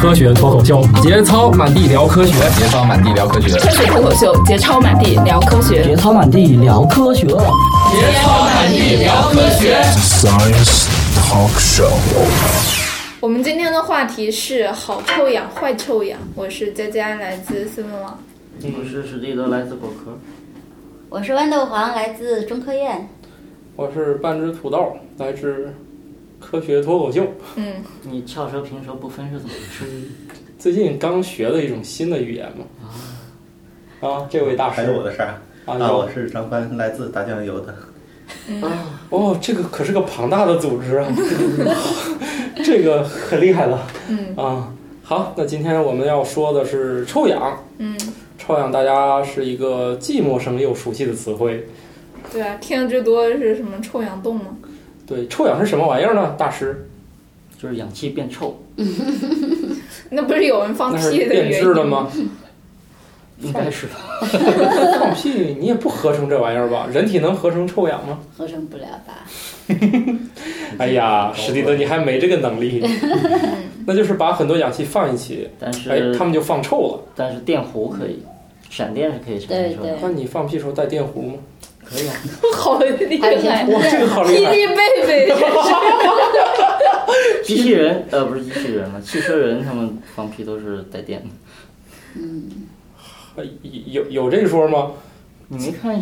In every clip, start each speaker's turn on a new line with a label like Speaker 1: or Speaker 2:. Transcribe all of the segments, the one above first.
Speaker 1: 科学脱口秀，节操满地聊科学，
Speaker 2: 节操满地聊科学，
Speaker 3: 科学脱口秀，节操满地聊科学，
Speaker 4: 节操满地聊科学，
Speaker 5: 节操满地聊科学。
Speaker 6: Science Talk Show。
Speaker 7: 我们今天的话题是好臭氧、坏臭氧。我是佳佳，来自新闻网。
Speaker 8: 我是史蒂德，来自果壳。
Speaker 9: 我是豌豆黄，来自中科院。
Speaker 10: 我是半只土豆，来自科学脱口秀。
Speaker 7: 嗯，
Speaker 8: 你翘舌平舌不分是怎么回事？
Speaker 10: 最近刚学的一种新的语言嘛。啊，啊这位大师。
Speaker 11: 还有我的事儿
Speaker 10: 啊，
Speaker 11: 我是张帆，来自打酱油的。
Speaker 7: 嗯、
Speaker 10: 哦，这个可是个庞大的组 织啊，这个很厉害了。
Speaker 7: 嗯
Speaker 10: 啊，好，那今天我们要说的是臭氧。
Speaker 7: 嗯，
Speaker 10: 臭氧大家是一个既陌生又熟悉的词汇。
Speaker 7: 对啊，听的最多是什么臭氧洞吗？
Speaker 10: 对，臭氧是什么玩意儿呢？大师，
Speaker 8: 就是氧气变臭。
Speaker 7: 那不是有人放屁的
Speaker 10: 变质了吗？
Speaker 8: 应该是吧。
Speaker 10: 放屁，你也不合成这玩意儿吧？人体能合成臭氧吗？
Speaker 9: 合成不了吧？
Speaker 10: 哎呀，史蒂德，你还没这个能力。
Speaker 7: 嗯
Speaker 10: 那就是把很多氧气放一起，
Speaker 8: 但是
Speaker 10: 哎，他们就放臭了。
Speaker 8: 但是电弧可以，闪电是可以产
Speaker 9: 对
Speaker 8: 生
Speaker 9: 对。
Speaker 10: 那你放屁时候带电弧吗？
Speaker 8: 可以啊。
Speaker 7: 好厉害！
Speaker 10: 哇，这个好
Speaker 7: 霹
Speaker 10: 厉害！
Speaker 7: 雳贝贝真是。
Speaker 8: 机器人呃不是机器人了，汽车人他们放屁都是带电的。
Speaker 9: 嗯，
Speaker 10: 哎有有这说吗？
Speaker 8: 你没看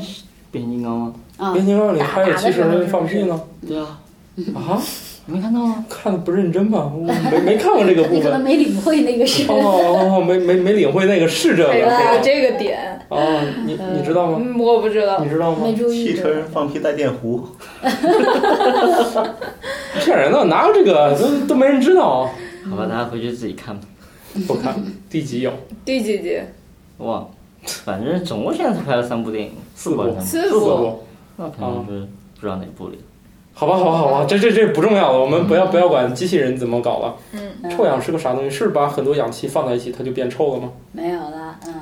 Speaker 8: 变形金刚吗？
Speaker 7: 嗯
Speaker 9: 啊，
Speaker 10: 变形金刚里还有汽车人放屁呢？
Speaker 8: 对啊，
Speaker 10: 啊，
Speaker 8: 你没看到吗？
Speaker 10: 看的不认真吧？我没没看过这个部
Speaker 9: 你可 能
Speaker 10: 分。
Speaker 9: 没领会那个 是
Speaker 10: 哦哦哦，没没没领会那个是这个。
Speaker 7: 还 有哎这个点，
Speaker 10: 哦，你你知道吗？
Speaker 7: 嗯，我不知道
Speaker 10: 你。知道吗
Speaker 9: 没？注意
Speaker 11: 汽车
Speaker 9: 的
Speaker 11: 人。放屁带电弧，
Speaker 10: 骗人的，哪有这个？都都没人知道。啊
Speaker 8: 好吧，大家回去自己看吧。
Speaker 10: 不看，第几有？
Speaker 7: 第几集？
Speaker 8: 我忘了，反正总共现在才拍了三部电影，
Speaker 10: 四
Speaker 8: 部还
Speaker 10: 部
Speaker 8: 是，三
Speaker 7: 四
Speaker 10: 四
Speaker 7: 部。
Speaker 10: 部。
Speaker 8: 部？那肯定是不知道哪部里。
Speaker 10: 好吧，好吧，好吧，这这这不重要了，我们不要不要管机器人怎么搞了。
Speaker 7: 嗯，
Speaker 10: 臭氧是个啥东西？是把很多氧气放在一起，它就变臭了吗？
Speaker 9: 没有了，嗯，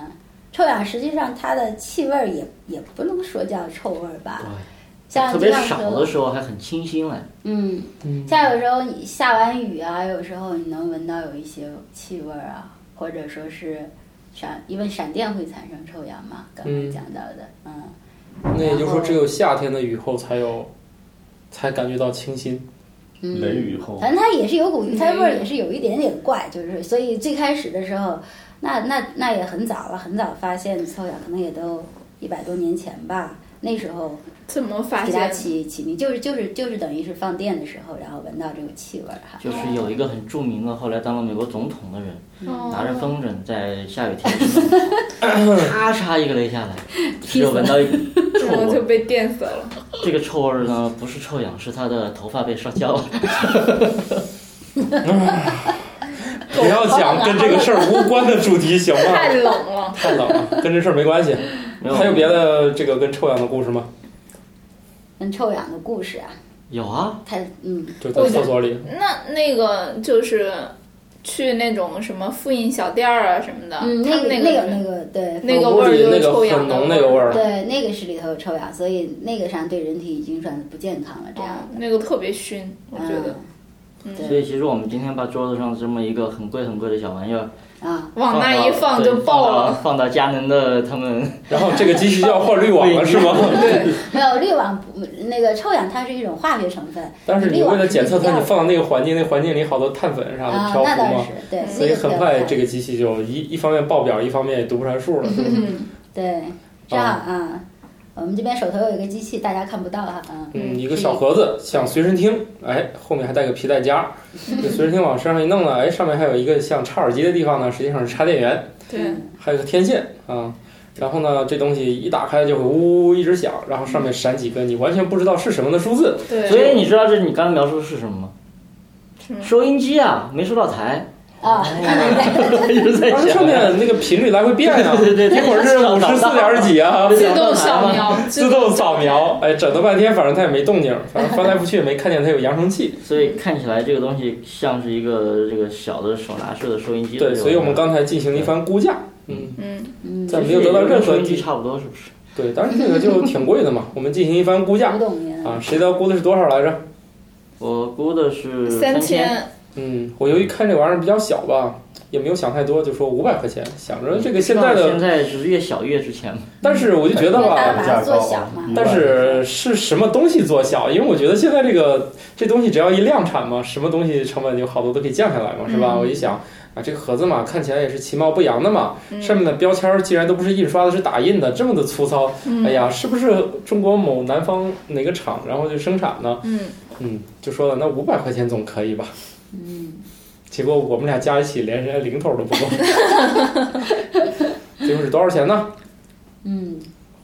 Speaker 9: 臭氧实际上它的气味儿也也不能说叫臭味儿吧，像
Speaker 8: 特别
Speaker 9: 这样
Speaker 8: 少的时候还很清新嘞，
Speaker 9: 嗯，
Speaker 10: 嗯，
Speaker 9: 像有时候你下完雨啊，有时候你能闻到有一些气味儿啊，或者说是闪，因为闪电会产生臭氧嘛，刚才
Speaker 10: 嗯
Speaker 9: 讲到的，嗯，
Speaker 10: 那也就是说，只有夏天的雨后才有，才感觉到清新。
Speaker 9: 嗯
Speaker 11: 雷雨后
Speaker 9: 反正它也是有股
Speaker 7: 哦嗯，
Speaker 9: 它味儿也是有一点点怪，就是所以最开始的时候，那那那也很早了，很早发现臭氧，可能也都一百多年前吧。那时候
Speaker 7: 怎么发
Speaker 9: 给它
Speaker 7: 现？
Speaker 9: 起起名，就是就是就是等于是放电的时候，然后闻到这个气味儿哈。
Speaker 8: 就是有一个很著名的，后来当了美国总统的人，拿着
Speaker 7: 哦哦，
Speaker 8: 风筝在下雨 天，咔嚓一个雷下来，就闻到一股
Speaker 7: 然
Speaker 8: 臭
Speaker 7: 后
Speaker 8: 味
Speaker 7: 就
Speaker 8: 儿。
Speaker 7: 被电死了。
Speaker 8: 这个臭味儿呢，不是臭氧，是他的头发被烧焦 了。
Speaker 10: 不要讲跟这个事儿无关的主题，行 吗？
Speaker 7: 太冷了。
Speaker 10: 太冷了，跟这事儿没关系。
Speaker 8: 没有
Speaker 10: 还有别？的这个跟臭氧的故事吗？
Speaker 9: 跟臭氧的故事啊，
Speaker 8: 有啊，
Speaker 9: 它嗯，
Speaker 10: 就在厕所里，
Speaker 7: 那那个就是去那种什么复印小店儿啊什么的，
Speaker 9: 嗯，
Speaker 7: 他们
Speaker 9: 那
Speaker 7: 那
Speaker 9: 个那个那个对
Speaker 7: 那个
Speaker 10: 屋
Speaker 7: 味儿
Speaker 10: 里
Speaker 7: 就是
Speaker 10: 那个
Speaker 7: 臭氧
Speaker 10: 很
Speaker 7: 的
Speaker 10: 浓那个味
Speaker 7: 儿，
Speaker 10: 儿。
Speaker 9: 对，那个是里头有臭氧，所以那个上对人体已经算是不健康了。这样
Speaker 7: 哦，那个特别熏，我觉得。
Speaker 9: 嗯
Speaker 8: 所以其实我们今天把桌子上这么一个很贵很贵的小玩意儿，
Speaker 9: 嗯啊，
Speaker 7: 往那一
Speaker 8: 放
Speaker 7: 放
Speaker 8: 到
Speaker 7: 就
Speaker 8: 对
Speaker 7: 爆
Speaker 8: 放到
Speaker 7: 了，
Speaker 8: 放到佳能的他们，
Speaker 10: 然后这个机器就要换滤网了，是吗？
Speaker 7: 对，
Speaker 9: 没有滤网不，那个臭氧它是一种化学成分，
Speaker 10: 但是你
Speaker 9: 滤网
Speaker 10: 为了检测它，
Speaker 9: 是
Speaker 10: 你
Speaker 9: 一样
Speaker 10: 放到那个环境，那环境里好多碳粉啥的
Speaker 9: 啊，
Speaker 10: 漂
Speaker 9: 那
Speaker 10: 浮
Speaker 9: 倒
Speaker 10: 嘛
Speaker 9: 是，
Speaker 7: 嗯
Speaker 9: 对，
Speaker 10: 所以很快这
Speaker 9: 个
Speaker 10: 个机器就一一方面爆表，一方面也读不出来数了。
Speaker 9: 嗯 对，
Speaker 10: 哦
Speaker 9: 正好啊，我们这边手头有一个机器，大家看不到哈，嗯，
Speaker 10: 嗯，一个小盒子，像随身听，哎，后面还带个皮带夹，这随身听往身上一弄呢，哎，上面还有一个像插耳机的地方呢，实际上是插电源，
Speaker 7: 对，
Speaker 10: 还有个天线啊。然后呢，这东西一打开就会呜呜一直响，然后上面闪几个你完全不知道是什么的数字。
Speaker 8: 所
Speaker 7: 对，
Speaker 8: 以你知道这你刚才描述的是什么吗？
Speaker 7: 什么
Speaker 8: 收音机啊，没收到台，
Speaker 7: 哦
Speaker 9: 啊，
Speaker 8: 一直在
Speaker 10: 然后
Speaker 8: 响。
Speaker 10: 上面那个频率来回变啊，
Speaker 8: 对对对
Speaker 10: 一会儿是五十四点几啊，
Speaker 7: 自动扫描，
Speaker 10: 自动扫描，哎，整了半天，反正它也没动静，反正翻来覆去也没看见它有扬声器。
Speaker 8: 所以看起来这个东西像是一个这个小的手拿式的收音机的
Speaker 10: 对，
Speaker 8: 这种
Speaker 10: 所以我们刚才进行了一番估价，嗯，
Speaker 7: 嗯，
Speaker 9: 嗯，
Speaker 10: 在没有得到任
Speaker 8: 收
Speaker 10: 何
Speaker 8: 音机
Speaker 10: 提
Speaker 8: 差不多是不是？
Speaker 10: 对，但是这个就挺贵的嘛，我们进行一番估价
Speaker 9: 古董年
Speaker 10: 啊，谁知道估的是多少来着？
Speaker 8: 我估的是
Speaker 7: 三
Speaker 8: 千，
Speaker 7: 千，
Speaker 10: 嗯，我由于看这玩意儿比较小吧，也没有想太多，就说五百块钱，想着这个现
Speaker 8: 现
Speaker 10: 在的
Speaker 8: 现，在是越小越值钱嘛。
Speaker 10: 但是我就觉得
Speaker 9: 因为大
Speaker 10: 吧
Speaker 11: 嗯
Speaker 9: 家，把它做小嘛。
Speaker 10: 但是是什么东西做小？因为我觉得现在这个这东西只要一量产嘛，什么东西成本就好多都可以降下来嘛，是吧？
Speaker 3: 嗯
Speaker 10: 我一想啊，这个盒子嘛，看起来也是其貌不扬的嘛，
Speaker 7: 嗯
Speaker 3: 嗯
Speaker 10: 上面的标签儿既然都不是印刷的，是打印的，这么的粗糙，
Speaker 3: 嗯
Speaker 10: 哎呀，是不是中国某南方哪个厂然后就生产呢？
Speaker 3: 嗯，
Speaker 10: 嗯，就说了，那五百块钱总可以吧？
Speaker 9: 嗯，
Speaker 10: 结果我们俩加一起连人家零头都不够， 结果是多少钱呢？
Speaker 9: 嗯，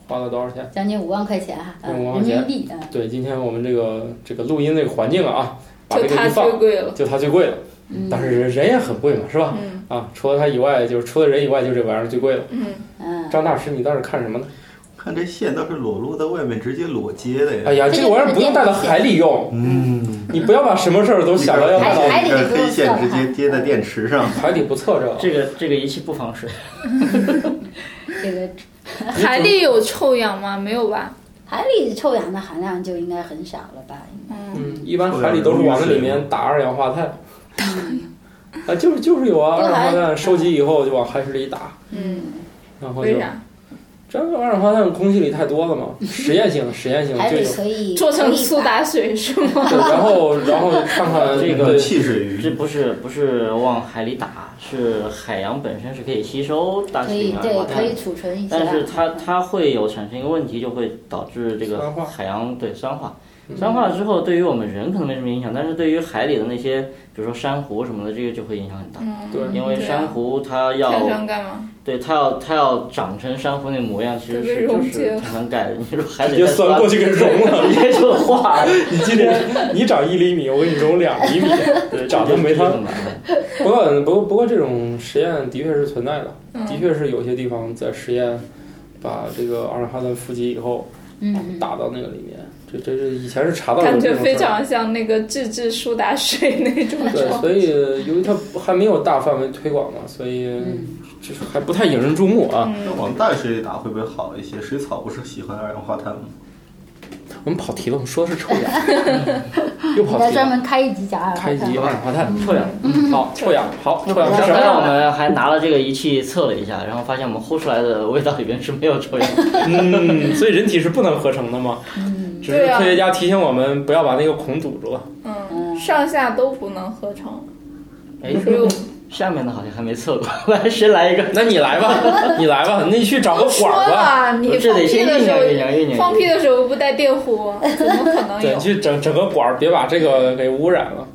Speaker 10: 花了多少钱？
Speaker 9: 将近五万块钱哈，啊
Speaker 10: 嗯五万
Speaker 9: 人
Speaker 10: 块钱
Speaker 9: 民币啊，
Speaker 10: 对，今天我们这个这个录音这个环境啊，把
Speaker 3: 就
Speaker 10: 这个
Speaker 3: 它
Speaker 10: 一
Speaker 3: 最
Speaker 10: 放，
Speaker 3: 贵了。
Speaker 10: 就它最贵了。
Speaker 9: 嗯
Speaker 10: 但是人人也很贵嘛，是吧？
Speaker 3: 嗯
Speaker 10: 啊，除了它以外，就是除了人以外，就这玩意儿最贵了。
Speaker 3: 嗯，
Speaker 9: 嗯，
Speaker 10: 张大师，你倒是看什么呢？
Speaker 11: 看这线倒是裸露在外面，直接裸接的呀。
Speaker 10: 哎呀，这个玩意儿不用带到海里用，
Speaker 11: 嗯，
Speaker 10: 你不要把什么事儿都想到要带
Speaker 9: 还
Speaker 10: 到
Speaker 9: 是还
Speaker 11: 这
Speaker 9: 得
Speaker 11: 根
Speaker 9: 给
Speaker 11: 黑线直接接在
Speaker 9: 电，
Speaker 11: 电池上，
Speaker 10: 海底不测这个。
Speaker 8: 这个这个仪器不防水，
Speaker 9: 这个
Speaker 10: 嗯
Speaker 7: 海里有臭氧吗？没有吧？
Speaker 9: 海里臭氧的含量就应该很少了吧？
Speaker 7: 嗯，
Speaker 10: 嗯，一般海里都是往那里面打二氧化碳。啊，就是就是有啊，
Speaker 9: 不
Speaker 10: 二
Speaker 9: 然
Speaker 10: 氧化碳收集以后就往海水里打，
Speaker 3: 嗯，
Speaker 10: 然后就
Speaker 7: 为啥？
Speaker 10: 这二氧化碳空气里太多了嘛，实验性实验性
Speaker 9: 海
Speaker 10: 这
Speaker 9: 里
Speaker 10: 种，
Speaker 9: 可以
Speaker 3: 做成苏，
Speaker 9: 可以
Speaker 3: 打水是吗？
Speaker 10: 对然后然后看看对
Speaker 8: 这个
Speaker 11: 汽水
Speaker 8: 这
Speaker 11: 鱼。
Speaker 8: 不是不是往海里打，是海洋本身是可以吸收
Speaker 9: 把
Speaker 8: 大
Speaker 9: 可
Speaker 8: 气
Speaker 9: 以
Speaker 8: 里面二氧化
Speaker 9: 对可
Speaker 8: 碳
Speaker 9: 以
Speaker 8: 的，
Speaker 9: 储存一些，
Speaker 8: 但是它它会有产生一个问题，就会导致这
Speaker 10: 酸
Speaker 8: 个
Speaker 10: 化嗯
Speaker 8: 海洋对酸化。酸化之后，对于我们人可能没什么影响，但是对于海里的那些，比如说珊瑚什么的，这个就会影响很大。
Speaker 10: 对
Speaker 8: 因为
Speaker 3: 对啊
Speaker 8: 珊瑚它要
Speaker 7: 天上干嘛？
Speaker 8: 对它要它要长成珊瑚那模样，其实
Speaker 3: 被
Speaker 8: 是
Speaker 3: 溶
Speaker 8: 就
Speaker 3: 解了
Speaker 8: 是它能改 的。你说海
Speaker 10: 直
Speaker 8: 里
Speaker 10: 接
Speaker 8: 再
Speaker 10: 酸过去给融了。
Speaker 8: 直接就化了，
Speaker 10: 你今天你长一厘米，我给你融两厘米，
Speaker 8: 对
Speaker 10: 长得没它
Speaker 8: 这就很麻烦
Speaker 10: 不过不过不过，这种实验的确是存在的，的确是有些地方在实验把这个二氧化碳富集以后
Speaker 9: 嗯
Speaker 10: 打到那个里面，这这这以前是查到有
Speaker 3: 感
Speaker 10: 这
Speaker 3: 觉
Speaker 10: 种
Speaker 3: 非
Speaker 10: 事儿。
Speaker 3: 常像那个自制苏打水那种
Speaker 10: 对，
Speaker 3: 状态。
Speaker 10: 所以由于它还没有大范围推广嘛，所以
Speaker 9: 嗯
Speaker 10: 就是还不太引人注目啊。
Speaker 11: 那往淡水里打会不会好一些？水草不是喜欢二氧化碳吗？
Speaker 10: 我们跑题了，我们说的是臭氧，又
Speaker 9: 应
Speaker 10: 跑
Speaker 9: 该
Speaker 10: 题
Speaker 9: 专
Speaker 10: 了。
Speaker 9: 门开一集讲二氧
Speaker 10: 开
Speaker 9: 化
Speaker 10: 一集
Speaker 9: 碳。
Speaker 10: 二氧嗯化碳，
Speaker 8: 臭氧。
Speaker 10: 好，臭氧，好，臭氧
Speaker 8: 刚
Speaker 10: 是什么
Speaker 8: 才
Speaker 10: 呀？
Speaker 8: 我们还拿了这个仪器测了一下，然后发现我们呼出来的味道里边是没有臭氧。
Speaker 10: 嗯，所以人体是不能合成的嘛。只是
Speaker 3: 对啊
Speaker 10: 科学家提醒我们不要把那个孔堵住了。
Speaker 3: 嗯，
Speaker 9: 嗯
Speaker 3: 上下都不能合成，
Speaker 8: 哎，
Speaker 3: 所以我
Speaker 8: 下面的好像还没测过，来谁来一个？
Speaker 10: 那你来吧，你来吧，那你去找个管
Speaker 3: 说
Speaker 10: 儿吧。
Speaker 3: 了，啊你
Speaker 8: 这
Speaker 3: 放
Speaker 8: 得
Speaker 3: 屁
Speaker 8: 先
Speaker 3: 的
Speaker 8: 酝
Speaker 3: 时
Speaker 8: 酿酝酿
Speaker 3: 候，
Speaker 8: 酝酿。
Speaker 3: 放屁的时候不带电弧，怎么可 能
Speaker 10: 对，
Speaker 3: 有
Speaker 10: 你？去整整个管儿，别把这个给污染了，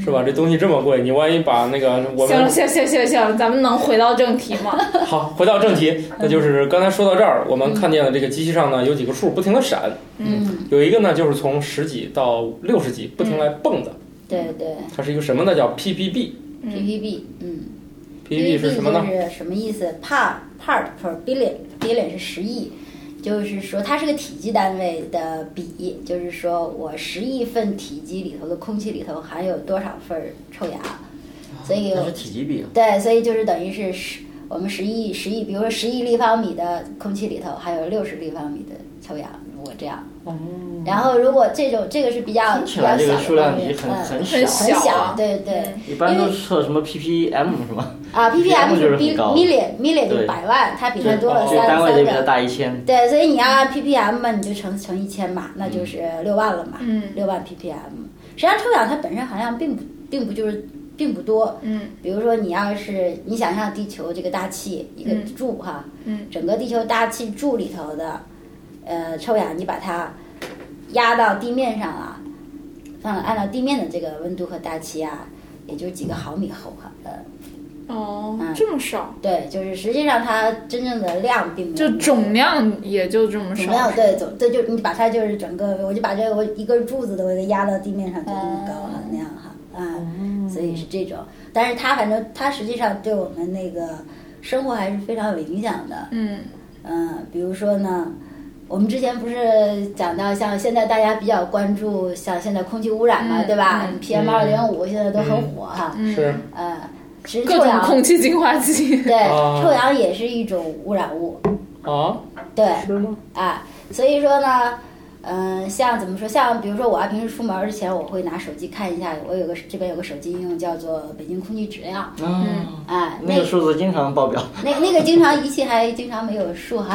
Speaker 10: 是吧？这东西这么贵，你万一把那个我
Speaker 3: 行了，
Speaker 10: 们
Speaker 3: 行行行行，咱们能回到正题吗？
Speaker 10: 好，回到正题，那就是刚才说到这儿，我们看见了这个机器上呢有几个数不停的闪，
Speaker 9: 嗯，
Speaker 10: 有一个呢就是从十几到六十几不停来蹦的，
Speaker 9: 对对
Speaker 10: 它是一个什么呢？叫 PPB，PPB
Speaker 9: ，PPB，嗯
Speaker 10: 是什么呢？
Speaker 9: 就是什么意思？Part part per billion，billion 是十亿，就是说它是个体积单位的比，就是说我十亿份体积里头的空气里头含有多少份儿臭氧，所以
Speaker 8: 哦那是体积比，啊
Speaker 9: 对，所以就是等于是十，我们十亿十亿，比如说十亿立方米的空气里头还有六十立方米的臭氧，如果这样。然后如果这种这个是比较
Speaker 8: 哦听
Speaker 9: 比
Speaker 8: 起
Speaker 9: 较
Speaker 8: 来这
Speaker 9: 小
Speaker 8: 个
Speaker 9: 的
Speaker 8: 数量
Speaker 9: 单
Speaker 8: 级
Speaker 9: 位
Speaker 8: 很
Speaker 9: 嗯
Speaker 8: 小，
Speaker 9: 很
Speaker 3: 小
Speaker 9: 小
Speaker 3: 啊，
Speaker 9: 对对
Speaker 8: 一般都测什么 ppm 是吗？
Speaker 9: 啊
Speaker 8: PPM
Speaker 9: ，ppm
Speaker 8: 就是是很
Speaker 9: bill
Speaker 8: 高
Speaker 9: million million 就是
Speaker 8: 对
Speaker 9: 百万，它比它
Speaker 8: 对哦
Speaker 9: 多了
Speaker 8: 这个
Speaker 9: 三
Speaker 8: 单位得
Speaker 9: 三
Speaker 8: 比它
Speaker 9: 个。
Speaker 8: 大一千。
Speaker 9: 对，所以你要按 ppm 嘛，你就乘乘一千嘛，那就是六万了嘛，
Speaker 3: 嗯
Speaker 9: 六万 ppm。实际上臭氧它本身含量并不并不就是并不多，
Speaker 3: 嗯
Speaker 9: 比如说，你要是你想象地球这个大气一个
Speaker 3: 嗯
Speaker 9: 柱哈，
Speaker 3: 嗯
Speaker 9: 整个地球大气柱里头的，呃，臭氧你把它压到地面上啊，放按照地面的这个温度和大气啊，也就几个毫米厚哈，呃，
Speaker 3: 哦
Speaker 9: 嗯，
Speaker 3: 这么少，
Speaker 9: 对，就是实际上它真正的量并没
Speaker 3: 就
Speaker 9: 有
Speaker 3: 总量也就这么
Speaker 9: 总
Speaker 3: 少
Speaker 9: 量，对总对，就你把它就是整个，我就把这个我一根柱子都给它压到地面上，就这么高哈、那样哈啊，
Speaker 3: 哦
Speaker 9: 所以是这种。但是它反正它实际上对我们那个生活还是非常有影响的。
Speaker 3: 嗯
Speaker 9: 嗯，比如说呢，我们之前不是讲到像现在大家比较关注像现在空气污染嘛，
Speaker 3: 嗯
Speaker 9: 对吧、
Speaker 3: 嗯
Speaker 9: p m 二点五现在都很火哈，
Speaker 3: 嗯，
Speaker 10: 是
Speaker 9: 嗯，其实
Speaker 3: 各
Speaker 9: 臭
Speaker 3: 种
Speaker 9: 氧
Speaker 3: 空气净化器，
Speaker 9: 对、
Speaker 10: 啊
Speaker 9: 臭氧也是一种污染物，
Speaker 10: 啊，
Speaker 9: 对。
Speaker 10: 是吗？
Speaker 9: 啊，所以说呢，嗯、像怎么说，像比如说我啊要平时出门之前，
Speaker 3: 嗯
Speaker 9: 我会拿手机看一下，我有个这边有个手机应用叫做北京空气质量，
Speaker 8: 啊，
Speaker 9: 啊，
Speaker 8: 那个数字经常爆表。
Speaker 9: 那那个经常仪器还经常没有数 哈。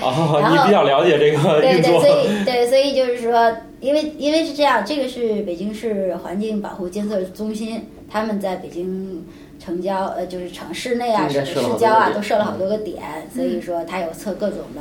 Speaker 10: 哦，你比较了解这个
Speaker 9: 对
Speaker 10: 运
Speaker 9: 对，
Speaker 10: 作
Speaker 9: 所。以对，所以就是说，因为因为是这样，这个是北京市环境保护监测中心，他们在北京城郊呃，就是城市内啊、
Speaker 8: 应该
Speaker 9: 市
Speaker 8: 设了好多
Speaker 9: 郊啊，
Speaker 8: 个点
Speaker 9: 都设了好多个点，所以说它有测各种的。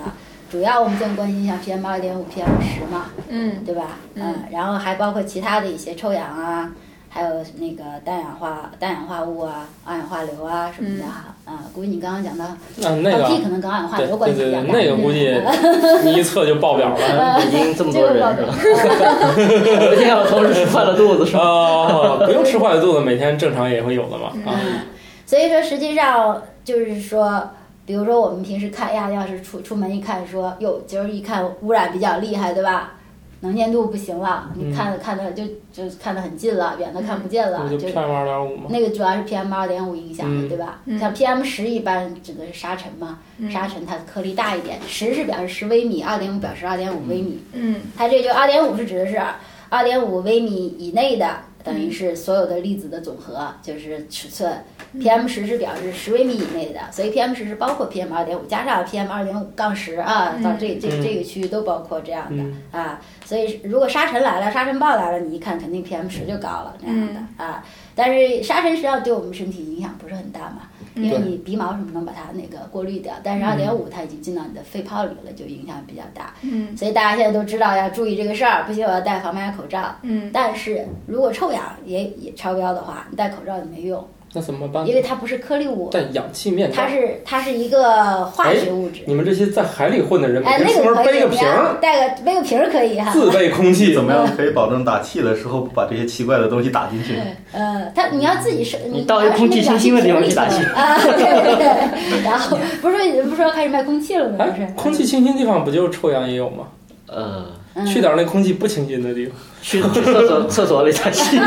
Speaker 9: 主要我们更关心像 PM 二点五、PM 十嘛，
Speaker 3: 嗯
Speaker 9: 对吧？
Speaker 3: 嗯
Speaker 9: 呃然后还包括其他的一些臭氧啊，还有那个氮氧化氮氧化物啊、二氧化硫啊什么的啊。啊，估计你刚刚讲到
Speaker 10: 那那个啊
Speaker 9: 放屁可能跟二氧化
Speaker 10: 对
Speaker 9: 硫关
Speaker 10: 对
Speaker 9: 系比
Speaker 10: 对
Speaker 9: 较
Speaker 10: 对，
Speaker 9: 大。
Speaker 10: 那个估计你一测就爆表了。
Speaker 8: 北京这么
Speaker 9: 呃这
Speaker 8: 多
Speaker 9: 个
Speaker 8: 人
Speaker 9: 报
Speaker 8: 是
Speaker 9: 告
Speaker 8: 吧？昨天 我同事吃坏了肚子是吧？
Speaker 10: 哦，不用吃坏了肚子，每天正常也会有的嘛。啊，
Speaker 9: 嗯，所以说实际上就是说，比如说我们平时看，哎呀，要是出出门一看说，哟，今儿一看污染比较厉害，对吧？能见度不行了，
Speaker 10: 嗯
Speaker 9: 你看的看的就就看得很近了，远的看不见了，
Speaker 10: 啊那不就
Speaker 9: 就
Speaker 10: PM 二点五吗？
Speaker 9: 那个主要是 PM 二点五影响
Speaker 10: 嗯
Speaker 9: 的，对吧？
Speaker 3: 嗯
Speaker 9: 像 PM 十一般指的是沙尘嘛，
Speaker 3: 嗯
Speaker 9: 沙尘它的颗粒大一点，十是表示十微米，二点五表示二点五微米，
Speaker 3: 嗯
Speaker 9: 它这就二点五是指的是二点五微米以内的，等
Speaker 10: 嗯
Speaker 9: 于是所有的粒子的总和，就是尺寸。PM 十是表示十微米以内的，所以 PM 十是包括 PM 二点五加上 PM 二点五杠十啊，到这这
Speaker 10: 嗯
Speaker 9: 这个区域都包括这样的
Speaker 10: 嗯
Speaker 9: 啊。所以如果沙尘来了，沙尘暴来了，你一看肯定 PM 十就高了这样的
Speaker 10: 嗯
Speaker 9: 啊。但是沙尘实际上对我们身体影响不是很大嘛，因为
Speaker 10: 对嗯
Speaker 9: 你鼻毛什么能把它那个过滤掉，但是二点五它已经进到你的肺泡里了，就影响比较大。
Speaker 3: 嗯
Speaker 9: 所以大家现在都知道要注意这个事儿，不行我要戴防霾口罩。
Speaker 3: 嗯
Speaker 9: 但是如果臭氧也也超标的话，你戴口罩也没用，
Speaker 10: 那怎么办
Speaker 9: 因？为它不是颗粒物，
Speaker 10: 戴氧气面罩
Speaker 9: 它。是它是一个化学物质。
Speaker 10: 你们这些在海里混的人，每
Speaker 9: 哎，
Speaker 10: 天
Speaker 9: 那
Speaker 10: 出
Speaker 9: 个
Speaker 10: 门
Speaker 9: 可
Speaker 10: 背
Speaker 9: 以
Speaker 10: 个
Speaker 9: 怎么
Speaker 10: 瓶
Speaker 9: 样
Speaker 10: 儿，？
Speaker 9: 戴个背个瓶儿可以 哈。
Speaker 10: 自备空气
Speaker 11: 怎。么样可以保证打气的时候不把这些奇怪的东西打进去？
Speaker 9: 呃，它你要自己是，
Speaker 8: 你到一个空气清新的地方去打气
Speaker 9: 啊，对对对。然后不是说不是说开始卖空气了吗？不是
Speaker 10: 哎，，空气清新地方不就是臭氧也有吗？
Speaker 8: 呃，
Speaker 9: 嗯
Speaker 10: 去点儿那空气不清新的地方，
Speaker 8: 去去厕所厕所里才 吸。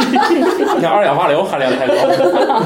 Speaker 10: 那二氧化硫含量太高，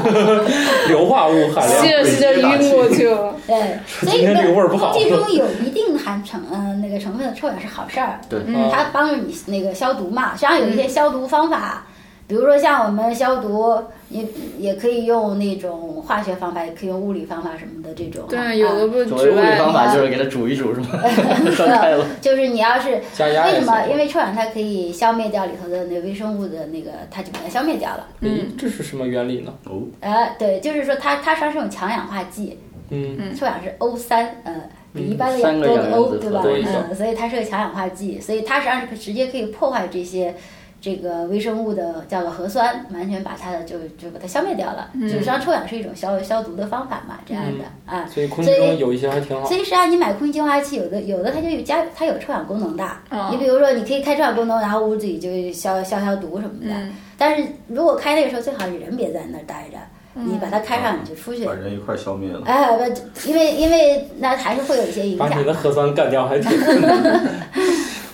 Speaker 10: 硫化物含量。
Speaker 3: 吸着吸着晕过去了。
Speaker 9: 对，所
Speaker 10: 今
Speaker 9: 以
Speaker 10: 天这个味儿不好
Speaker 9: 空气中有一定含成呃那个成分的臭氧是好事儿，
Speaker 3: 哦
Speaker 10: 嗯
Speaker 9: 它帮助你那个消毒
Speaker 3: 嗯
Speaker 9: 嘛。实际上有一些消毒方法，比如说像我们消毒也也可以用那种化学方法，也可以用物理方法什么的这种啊。
Speaker 3: 对，有的
Speaker 9: 啊
Speaker 3: 不
Speaker 8: 所谓
Speaker 3: 紫
Speaker 8: 物理方
Speaker 3: 外，
Speaker 8: 法就是给它煮一煮是 吗？ 烧开了。
Speaker 9: 啊就是你要是
Speaker 10: 加压
Speaker 9: 为
Speaker 10: 也
Speaker 9: 什么？因
Speaker 10: 为
Speaker 9: 为臭氧它可以消灭掉里头的那微生物的那个，它就把它消灭掉了。
Speaker 10: 咦，嗯这是什么原理呢？
Speaker 11: 哦，
Speaker 9: 呃，对，就是说它它实际上是一种强氧化剂，
Speaker 10: 嗯，
Speaker 9: 臭氧是 O 三，呃，比一般的
Speaker 8: 三
Speaker 9: 氧
Speaker 8: 个
Speaker 9: 多
Speaker 8: 氧
Speaker 9: 个
Speaker 8: 原
Speaker 9: O，
Speaker 8: 子
Speaker 9: 对
Speaker 8: 合
Speaker 9: 吧？
Speaker 10: 多一点
Speaker 9: 嗯，所以它是个强氧化剂，所以它实际上是直接可以破坏这些这个微生物的叫做核酸，完全把它的就就把它消灭掉了。就是实际上臭氧是一种消消毒的方法嘛，这样的、啊。
Speaker 10: 嗯所以空气中有一些还挺好
Speaker 9: 所。以实际上你买空气净化器，有的有的它就有加它有臭氧功能的。
Speaker 3: 哦
Speaker 9: 你比如说，你可以开臭氧功能，然后屋子里就消消消毒什么
Speaker 7: 嗯
Speaker 9: 的。
Speaker 3: 嗯
Speaker 9: 但是如果开那个时候，最好人别在那儿待着，你把它开上你就出去
Speaker 11: 把人一块儿消灭了。
Speaker 9: 哎，不，因为因为那还是会有一些影
Speaker 10: 把你
Speaker 9: 响，
Speaker 10: 的核酸干掉还 挺困难。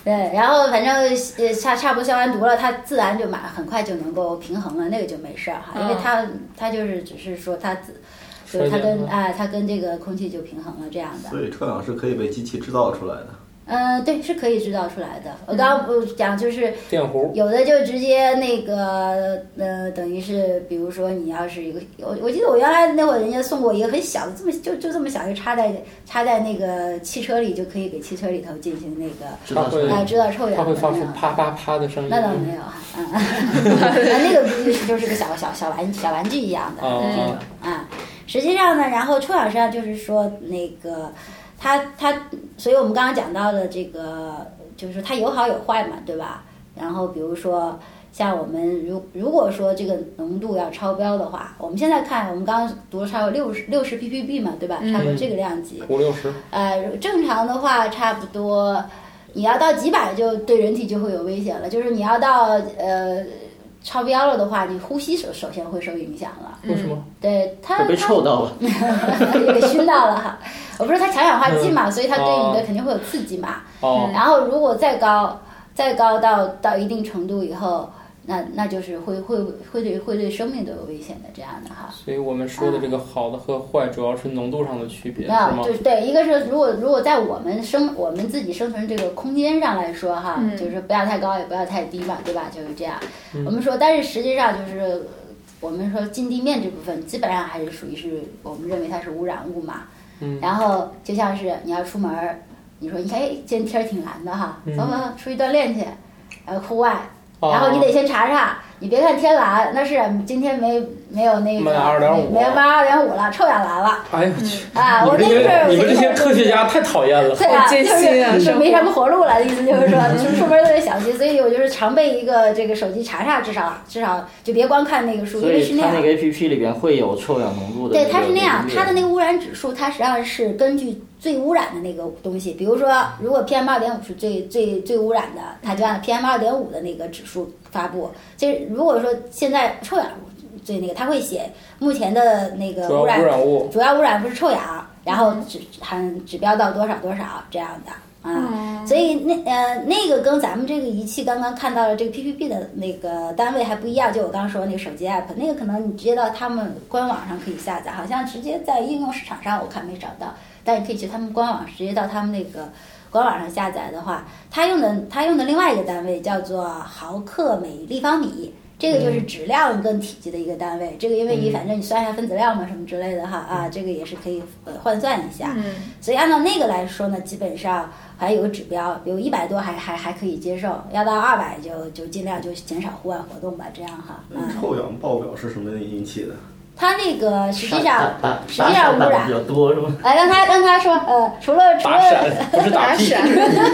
Speaker 9: 对。然后反正呃差差不多消完毒了，它自然就马很快就能够平衡了，那个就没事儿哈，因为
Speaker 3: 嗯
Speaker 9: 它它就是只是说它自，就是它跟啊、它跟这个空气就平衡了这样的。
Speaker 11: 所以臭氧是可以被机器制造出来的。
Speaker 9: 嗯，对，是可以制造出来的。我刚刚不是讲就是
Speaker 10: 电弧，
Speaker 9: 有的就直接那个呃，等于是比如说你要是一个，我我记得我原来那会儿人家送过一个很小的，这么就就这么小，就插在插在那个汽车里，就可以给汽车里头进行那个。
Speaker 8: 知道
Speaker 10: 它会
Speaker 9: 啊，知道臭氧
Speaker 10: 它会发出
Speaker 9: 那
Speaker 10: 啪啪啪的声音。
Speaker 9: 那倒没有啊，嗯啊，那个不就是就是个小小小玩小玩具一样的
Speaker 10: 哦
Speaker 9: 这种啊。实际上呢，然后臭氧实际上啊就是说那个它它，所以我们刚刚讲到的这个，就是说它有好有坏嘛，对吧？然后比如说。像我们如如果说这个浓度要超标的话，我们现在看，我们刚刚读了差不多六十六十 ppb 嘛，对吧？差不多这个量级。
Speaker 10: 五六十，
Speaker 9: 呃，正常的话差不多，你要到几百就对人体就会有危险了，就是你要到呃超标了的话，你呼吸首首先会受影响了。
Speaker 10: 为什么？
Speaker 9: 对它
Speaker 8: 会被臭到吧？
Speaker 9: 它也被熏到了哈。我不是它强氧化剂嘛，所以它对你的肯定会有刺激嘛。
Speaker 8: 嗯
Speaker 10: 哦，
Speaker 9: 然后如果再高，再高到到一定程度以后。那那就是会会会对会对生命都有危险的这样的哈，
Speaker 10: 所以我们说的这个好的和坏，主要是浓度上的区别，是
Speaker 9: 那
Speaker 10: 吗
Speaker 9: 就？是对，一个是如果如果在我们生我们自己生存这个空间上来说哈，
Speaker 3: 嗯
Speaker 10: 嗯
Speaker 9: 就是不要太高也不要太低嘛，对吧？就是这样。我们说，但是实际上就是我们说近地面这部分基本上还是属于是我们认为它是污染物嘛。
Speaker 10: 嗯
Speaker 9: 然后就像是你要出门儿，你说你看，哎，今天天儿挺蓝的哈，
Speaker 10: 嗯
Speaker 9: 走走走，出去锻炼去，然后户外，
Speaker 10: 哦
Speaker 9: 然后你得先查查，你别看天蓝，那是今天没没有那
Speaker 10: 没
Speaker 9: 个
Speaker 10: 有2.5
Speaker 9: 没有二点五了，臭氧蓝了
Speaker 10: 哎呦我去！
Speaker 9: 啊！
Speaker 10: 你
Speaker 9: 我
Speaker 10: 们这
Speaker 9: 那个时
Speaker 10: 些
Speaker 9: 候
Speaker 10: 你们这些科学家太讨厌了。
Speaker 9: 对啊，
Speaker 3: 好艰辛啊
Speaker 9: 就是就
Speaker 3: 生活
Speaker 9: 没什么活路了，意思就是说出出门都得小心，所以我就是常备一个这个手机查查，至少至少就别光看那个数，因
Speaker 8: 所
Speaker 9: 为是
Speaker 8: 以
Speaker 9: 那
Speaker 8: 它那
Speaker 9: 样。
Speaker 8: 个 A P P 里边会有臭氧浓度的。
Speaker 9: 对，它是那样，它的那
Speaker 8: 个
Speaker 9: 个污染指数，它实际上是根据最污染的那个东西，比如说，如果 PM 二点五是最最最污染的，它就按 PM 二点五的那个指数发布。这如果说现在臭氧最那个，它会写目前的那个
Speaker 10: 主要污
Speaker 9: 污染
Speaker 10: 染物，
Speaker 9: 主要污染不是臭氧，然后指含指标到多少多少这样的啊。所以那呃那个跟咱们这个仪器刚刚看到的这个 PPP 的那个单位还不一样，就我刚刚说的那个手机 app，那个可能你直接到他们官网上可以下载，好像直接在应用市场上我看没找到，但你可以去他们官网，直接到他们那个官网上下载的话，它用的它用的另外一个单位叫做毫克每立方米。这个就是质量跟体积的一个单位，这个因为你
Speaker 10: 嗯
Speaker 9: 反正你算一下分子量嘛，什么之类的哈啊，这个也是可以呃换算一下。
Speaker 3: 嗯，
Speaker 9: 所以按照那个来说呢，基本上还有个指标，比如一百多还还还可以接受，要到二百就就尽量就减少户外活动吧，这样哈。
Speaker 11: 嗯
Speaker 9: 嗯，
Speaker 11: 臭氧爆表是什么引起的？
Speaker 9: 它那个实际上
Speaker 8: 打
Speaker 9: 实际上污
Speaker 8: 打
Speaker 9: 染
Speaker 8: 打比较多 是吗？
Speaker 9: 哎，让他让他说，呃，除了除
Speaker 10: 打
Speaker 9: 了，
Speaker 10: 闪不是打屁，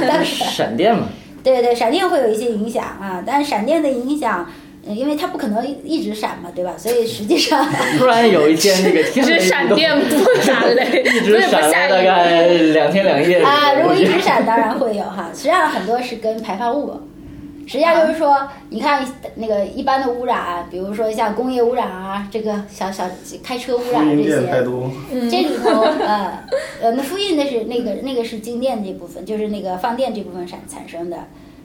Speaker 9: 但是
Speaker 8: 闪电 嘛，
Speaker 9: 对对，闪电会有一些影响啊，但是闪电的影响，呃因为它不可能一直闪嘛，对吧？所以实际上
Speaker 8: 突然有一天那个
Speaker 3: 只
Speaker 10: 啊
Speaker 8: 天
Speaker 3: 是
Speaker 8: 雷
Speaker 3: 闪
Speaker 8: 动
Speaker 3: 电不打雷，所
Speaker 8: 一直
Speaker 3: 以不
Speaker 8: 闪了
Speaker 3: 下
Speaker 8: 大
Speaker 3: 雨。
Speaker 8: 概两天两夜
Speaker 9: 啊，如果一
Speaker 8: 我觉
Speaker 9: 直
Speaker 8: 得
Speaker 9: 闪，当然会有哈。实际上很多是跟排放物，实际上就是说，你看那个一般的污染，啊比如说像工业污染啊，这个小小开车污染
Speaker 11: 因
Speaker 9: 这
Speaker 11: 变
Speaker 9: 些，
Speaker 11: 太多，
Speaker 9: 这里头呃呃，那复印那是那个那个是静电这部分，就是那个放电这部分产产生的，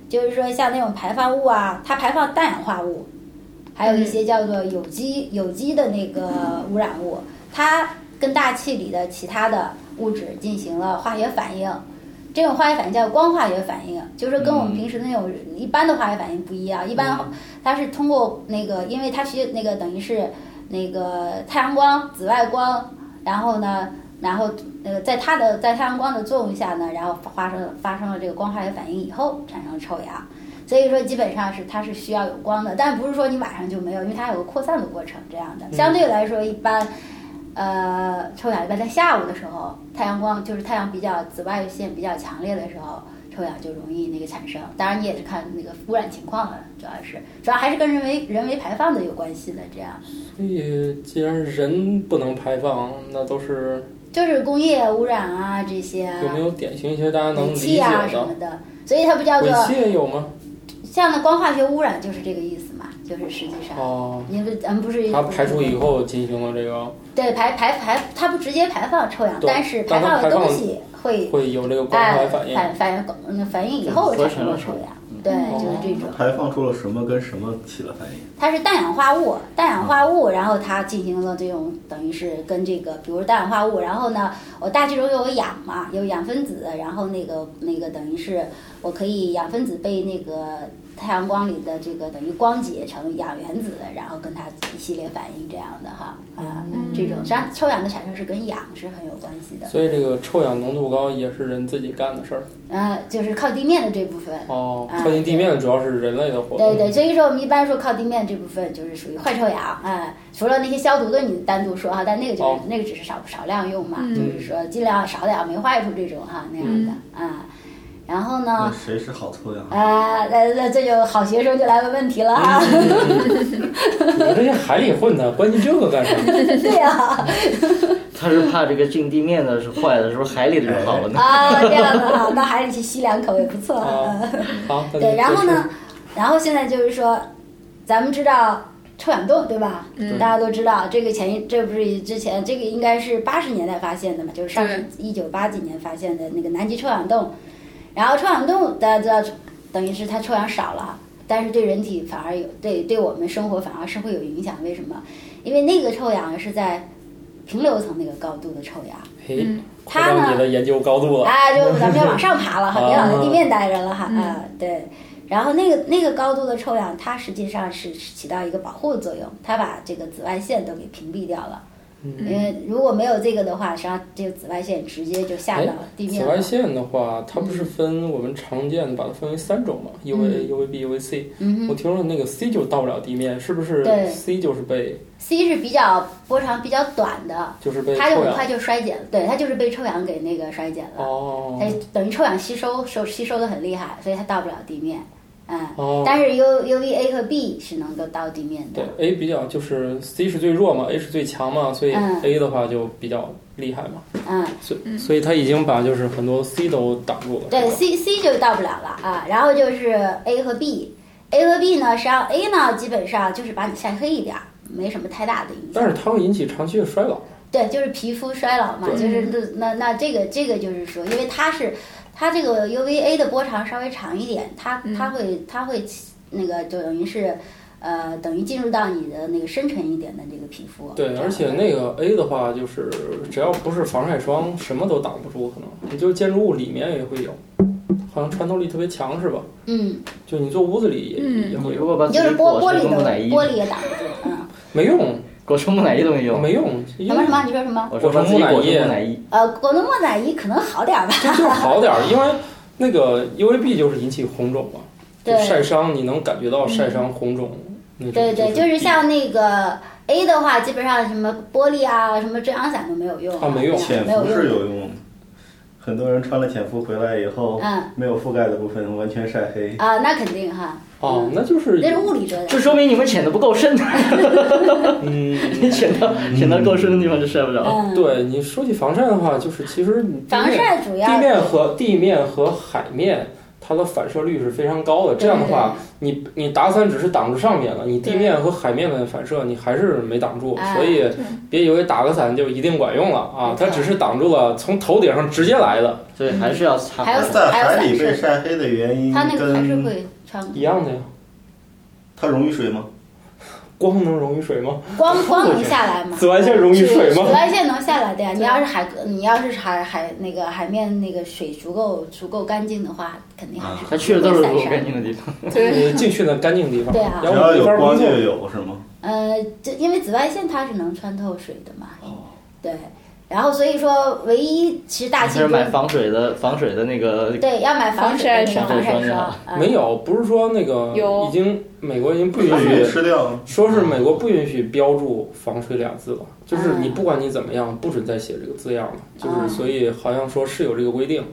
Speaker 9: 就是说像那种排放物啊，它排放氮氧化物，还有一些叫做有机有机的那个污染物，它跟大气里的其他的物质进行了化学反应。这种化学反应叫光化学反应，就是说跟我们平时的那种一般的化学反应不一样。一般它是通过那个，因为它需那个等于是那个太阳光、紫外光，然后呢，然后呃，在它的在太阳光的作用下呢，然后发生发生了这个光化学反应以后产生臭氧。所以说，基本上是它是需要有光的，但不是说你晚上就没有，因为它有个扩散的过程这样的。相对来说，一般，呃，臭氧一般在下午的时候，太阳光就是太阳比较紫外线比较强烈的时候，臭氧就容易那个产生。当然，你也是看那个污染情况了，主要是主要还是跟人为人为排放的有关系的。这样
Speaker 10: 所以既然人不能排放，那都是
Speaker 9: 就是工业污染啊这些啊，
Speaker 10: 有没有典型一些大家能
Speaker 9: 尾
Speaker 10: 理
Speaker 9: 气
Speaker 10: 解
Speaker 9: 啊什
Speaker 10: 的？
Speaker 9: 么的，所以它不叫
Speaker 10: 尾
Speaker 9: 做
Speaker 10: 气也有吗？
Speaker 9: 像那光化学污染就是这个意思嘛，就是实际上。
Speaker 10: 哦，
Speaker 9: 您不，咱们不是
Speaker 10: 它排出以后进行了这个，
Speaker 9: 对排排排，它不直接排放臭氧，
Speaker 10: 对
Speaker 9: 但是
Speaker 10: 但
Speaker 9: 排
Speaker 10: 它
Speaker 9: 放的
Speaker 10: 排放
Speaker 9: 东西会
Speaker 10: 会有这个光化
Speaker 9: 哎
Speaker 10: 学反应。
Speaker 9: 反反嗯反应以后
Speaker 8: 合
Speaker 9: 产
Speaker 8: 成
Speaker 9: 生
Speaker 8: 了
Speaker 9: 了
Speaker 8: 臭
Speaker 9: 臭氧，对，就是这种。
Speaker 11: 排放出了什么跟什么起了反应？
Speaker 9: 它是氮氧化物，氮氧化物，然后它进行了这种等于是跟这个，比如氮氧化物，然后呢，我大气中有氧嘛，有氧分子，然后那个那个等于是我可以氧分子被那个太阳光里的这个等于光解成氧原子，然后跟它一系列反应这样的哈啊，这
Speaker 3: 嗯
Speaker 9: 种实际上臭氧的产生是跟氧是很有关系的，
Speaker 10: 所以这个臭氧浓度高也是人自己干的事儿。
Speaker 9: 呃，就是靠地面的这部分。
Speaker 10: 哦，
Speaker 9: 啊
Speaker 10: 靠近地面主要是人类的活
Speaker 9: 对
Speaker 10: 动。
Speaker 9: 对，所以说我们一般说靠地面这部分就是属于坏臭氧，嗯，除了那些消毒的你单独说哈，但那个就是、
Speaker 10: 哦
Speaker 9: 那个只是少少量用嘛，
Speaker 3: 嗯
Speaker 9: 就是说尽量少点儿没坏处这种哈那样的啊、然后
Speaker 11: 那
Speaker 9: 呢，
Speaker 11: 谁是好臭氧？
Speaker 9: 啊，那那这就好学生就来问问题了
Speaker 10: 嗯
Speaker 9: 啊，
Speaker 10: 你嗯们这些海里混的，关心这个干啥？
Speaker 9: 对啊呀、
Speaker 8: 他是怕这个进地面的是坏的，是不是海里的就好了呢？
Speaker 9: 啊，这样的哈，到海里去吸两口也不错。
Speaker 10: 啊
Speaker 9: 嗯
Speaker 10: 好，那
Speaker 9: 对，
Speaker 10: 就
Speaker 9: 然后呢，然后现在就是说，咱们知道臭氧洞对吧？
Speaker 3: 嗯
Speaker 9: 大家都知道这个前一，这不是之前这个应该是八十年代发现的嘛，就是上世一九八几年发现的那个南极臭氧洞。然后臭氧洞大家知道，等于是它臭氧少了，但是对人体反而有对对我们生活反而是会有影响。为什么？因为那个臭氧是在平流层那个高度的臭氧。
Speaker 10: 嘿，扩
Speaker 9: 嗯它呢哎
Speaker 10: 张你的研究高度了。
Speaker 9: 啊，就咱们要往上爬了哈，
Speaker 10: 啊
Speaker 9: 别老在地面待着了哈。啊，对，然后那个那个高度的臭氧，它实际上是起到一个保护的作用，它把这个紫外线都给屏蔽掉了。
Speaker 10: 嗯
Speaker 9: 因为如果没有这个的话，实际上这个紫外线直接就下到地面
Speaker 10: 哎紫
Speaker 9: 了。
Speaker 10: 外线的话，它不是分我们常见的把它分为三种嘛，UV、UVB、UVC。
Speaker 9: 嗯
Speaker 10: 我
Speaker 9: 哼
Speaker 10: 听说那个 C 就到不了地面，是不是
Speaker 9: 对
Speaker 10: ？C 就是被
Speaker 9: ，C 是比较波长比较短的，
Speaker 10: 就是被
Speaker 9: 它就
Speaker 10: 臭
Speaker 9: 很
Speaker 10: 氧
Speaker 9: 快就衰减了，对，它就是被臭氧给那个衰减了。
Speaker 10: 哦
Speaker 9: 它等于臭氧吸收收吸收的很厉害，所以它到不了地面。嗯，
Speaker 10: 哦，
Speaker 9: 但是 U U V A 和 B 是能够到地面
Speaker 10: 对
Speaker 9: 的。
Speaker 10: A 比较就是 C 是最弱嘛，A 是最强嘛，所以
Speaker 9: 嗯
Speaker 10: A 的话就比较厉害嘛，
Speaker 9: 嗯，
Speaker 10: 所以所以它已经把就是很多 C 都挡住了，
Speaker 9: 对
Speaker 10: 是吧
Speaker 9: C C 就到不了了啊。然后就是 A 和 B。A 和 B 呢，实际上 A 呢基本上就是把你晒黑一点儿，没什么太大的影响。
Speaker 10: 但是它会引起长期的衰老，
Speaker 9: 对，就是皮肤衰老嘛，
Speaker 10: 对
Speaker 9: 就是那那那这个这个就是说，因为它是它这个 UVA 的波长稍微长一点，它它会它会那个就等于是呃等于进入到你的那个深沉一点的这个皮肤。
Speaker 10: 对，而且那个 A 的话就是只要不是防晒霜，什么都挡不住，可能你就是建筑物里面也会有，好像穿透力特别强是吧？
Speaker 9: 嗯，
Speaker 10: 就你坐屋子里也、
Speaker 7: 嗯
Speaker 10: 也
Speaker 8: 你
Speaker 10: 会
Speaker 8: 如
Speaker 10: 有，
Speaker 8: 果把
Speaker 9: 你
Speaker 8: 自
Speaker 9: 就
Speaker 8: 己
Speaker 9: 是玻
Speaker 8: 裹成
Speaker 9: 玻璃
Speaker 8: 木乃
Speaker 9: 的
Speaker 8: 伊，
Speaker 9: 玻璃也挡不住，嗯，
Speaker 10: 没用，
Speaker 8: 裹成木乃伊都没用。
Speaker 10: 没用，因
Speaker 9: 什
Speaker 10: 为
Speaker 9: 么什么？你说什么？
Speaker 8: 我说把自己裹成木乃伊，
Speaker 9: 呃，果冻木乃伊可能好点儿吧，
Speaker 10: 这就是好点儿，因为那个 UVB 就是引起红肿嘛，就
Speaker 9: 对
Speaker 10: 晒伤，你能感觉到晒伤红肿。那种
Speaker 9: 对对，
Speaker 10: 就
Speaker 9: 就是像那个 A 的话，基本上什么玻璃啊、什么遮阳伞都没有用
Speaker 10: 啊没用
Speaker 9: 对
Speaker 11: 潜
Speaker 9: 没有
Speaker 11: 伏
Speaker 9: 用
Speaker 11: 是有用的，很多人穿了潜伏回来以后，
Speaker 9: 嗯
Speaker 11: 没有覆盖的部分完全晒黑。
Speaker 9: 啊，那肯定哈，
Speaker 10: 哦，那就是
Speaker 9: 那是物理遮挡。
Speaker 8: 这说明你们潜的不够深， 你
Speaker 10: 嗯，
Speaker 8: 潜到潜到够深的地方就晒不着。
Speaker 9: 嗯，
Speaker 10: 对你说起防晒的话，就是其实你地
Speaker 9: 防
Speaker 10: 面
Speaker 9: 晒主要
Speaker 10: 地面和地面和海面。它的反射率是非常高的，这样的话，你你打伞只是挡住上面了，你地面和海面的反射你还是没挡住，
Speaker 9: 哎
Speaker 10: 所以别以为打个伞就一定管用了啊
Speaker 9: 没，错
Speaker 10: 它只是挡住了从头顶上直接来的，
Speaker 8: 所以还是要擦
Speaker 9: 还有
Speaker 8: 防晒
Speaker 11: 在
Speaker 9: 嗯还有
Speaker 11: 海
Speaker 9: 散
Speaker 11: 里被
Speaker 9: 射
Speaker 11: 晒黑的原因
Speaker 9: 它那个还是
Speaker 11: 跟
Speaker 9: 会穿
Speaker 10: 一样的呀。
Speaker 11: 它溶于水吗？
Speaker 10: 光能溶于水吗？
Speaker 9: 光光能下来吗？
Speaker 10: 紫外线溶于水
Speaker 9: 紫
Speaker 10: 吗？
Speaker 9: 外线能下来的呀。你要是海，你要是海海那个海面那个水足够足够干净的话，肯定还是
Speaker 8: 他去的都是
Speaker 9: 不
Speaker 8: 不
Speaker 9: 会散
Speaker 8: 干
Speaker 9: 伤。
Speaker 8: 净的地方。
Speaker 3: 对，
Speaker 10: 你进去那干净地方，
Speaker 9: 对啊
Speaker 11: 只
Speaker 10: 要不
Speaker 11: 要
Speaker 10: 没
Speaker 11: 有
Speaker 10: 法
Speaker 11: 光
Speaker 10: 工
Speaker 11: 就
Speaker 10: 作。
Speaker 11: 有是吗？
Speaker 9: 呃，这因为紫外线它是能穿透水的嘛。对，然后所以说，唯一其实大
Speaker 8: 还
Speaker 9: 气
Speaker 8: 是
Speaker 9: 中
Speaker 8: 买防水的防水的那个
Speaker 9: 对要买防水的那个
Speaker 8: 防
Speaker 9: 防
Speaker 8: 晒
Speaker 9: 晒
Speaker 8: 霜
Speaker 9: 霜。嗯
Speaker 10: 没有，不是说那个
Speaker 3: 有
Speaker 10: 已经美国已经不允
Speaker 11: 不允许
Speaker 10: 许，
Speaker 11: 吃掉。
Speaker 10: 说是美国不允许标注“防水”俩字了，就是
Speaker 9: 嗯
Speaker 10: 你不管你怎么样，不准再写这个字样了，就是
Speaker 9: 嗯
Speaker 10: 所以好像说是有这个规定，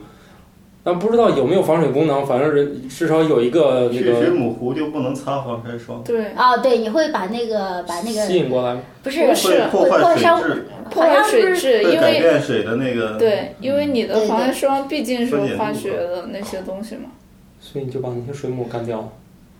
Speaker 10: 但不知道有没有防水功能，反正人至少有一个那
Speaker 11: 去水
Speaker 10: 个
Speaker 11: 母湖就不能擦防晒霜，
Speaker 3: 对，
Speaker 9: 哦，对，你会把那个把那
Speaker 10: 吸
Speaker 9: 个
Speaker 10: 引过来。
Speaker 9: 不是
Speaker 3: 不
Speaker 11: 会
Speaker 3: 是
Speaker 11: 破
Speaker 9: 会
Speaker 11: 坏
Speaker 9: 破
Speaker 11: 水
Speaker 9: 伤
Speaker 11: 质，
Speaker 3: 破坏水质，
Speaker 11: 会
Speaker 3: 因
Speaker 11: 改
Speaker 3: 为
Speaker 11: 变水的那个。
Speaker 3: 对，因为你
Speaker 9: 对
Speaker 3: 的
Speaker 9: 对
Speaker 3: 防晒霜毕竟是
Speaker 11: 分解度
Speaker 3: 化学的那些东西嘛。
Speaker 10: 所以你就把那些水母干掉了。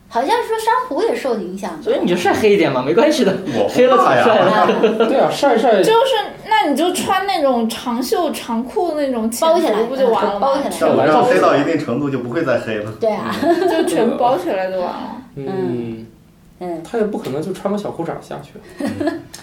Speaker 9: 好像说珊瑚也受影响
Speaker 8: 所以
Speaker 9: 的。
Speaker 8: 你就晒黑一点嘛，没关系的。
Speaker 11: 我
Speaker 8: 黑了
Speaker 11: 不怕
Speaker 8: 咋
Speaker 11: 呀。
Speaker 8: 晒呢？
Speaker 10: 对啊，晒晒
Speaker 3: 就是，那你就穿那种长袖长裤那种潜
Speaker 9: 包起来
Speaker 3: 伏不就完了吗？
Speaker 9: 包起来
Speaker 11: 像我这样黑到一定程度就不会再黑了。
Speaker 9: 对啊，
Speaker 3: 就全部包起来就完了。
Speaker 10: 嗯，
Speaker 9: 嗯
Speaker 10: 他也不可能就穿个小裤衩下去。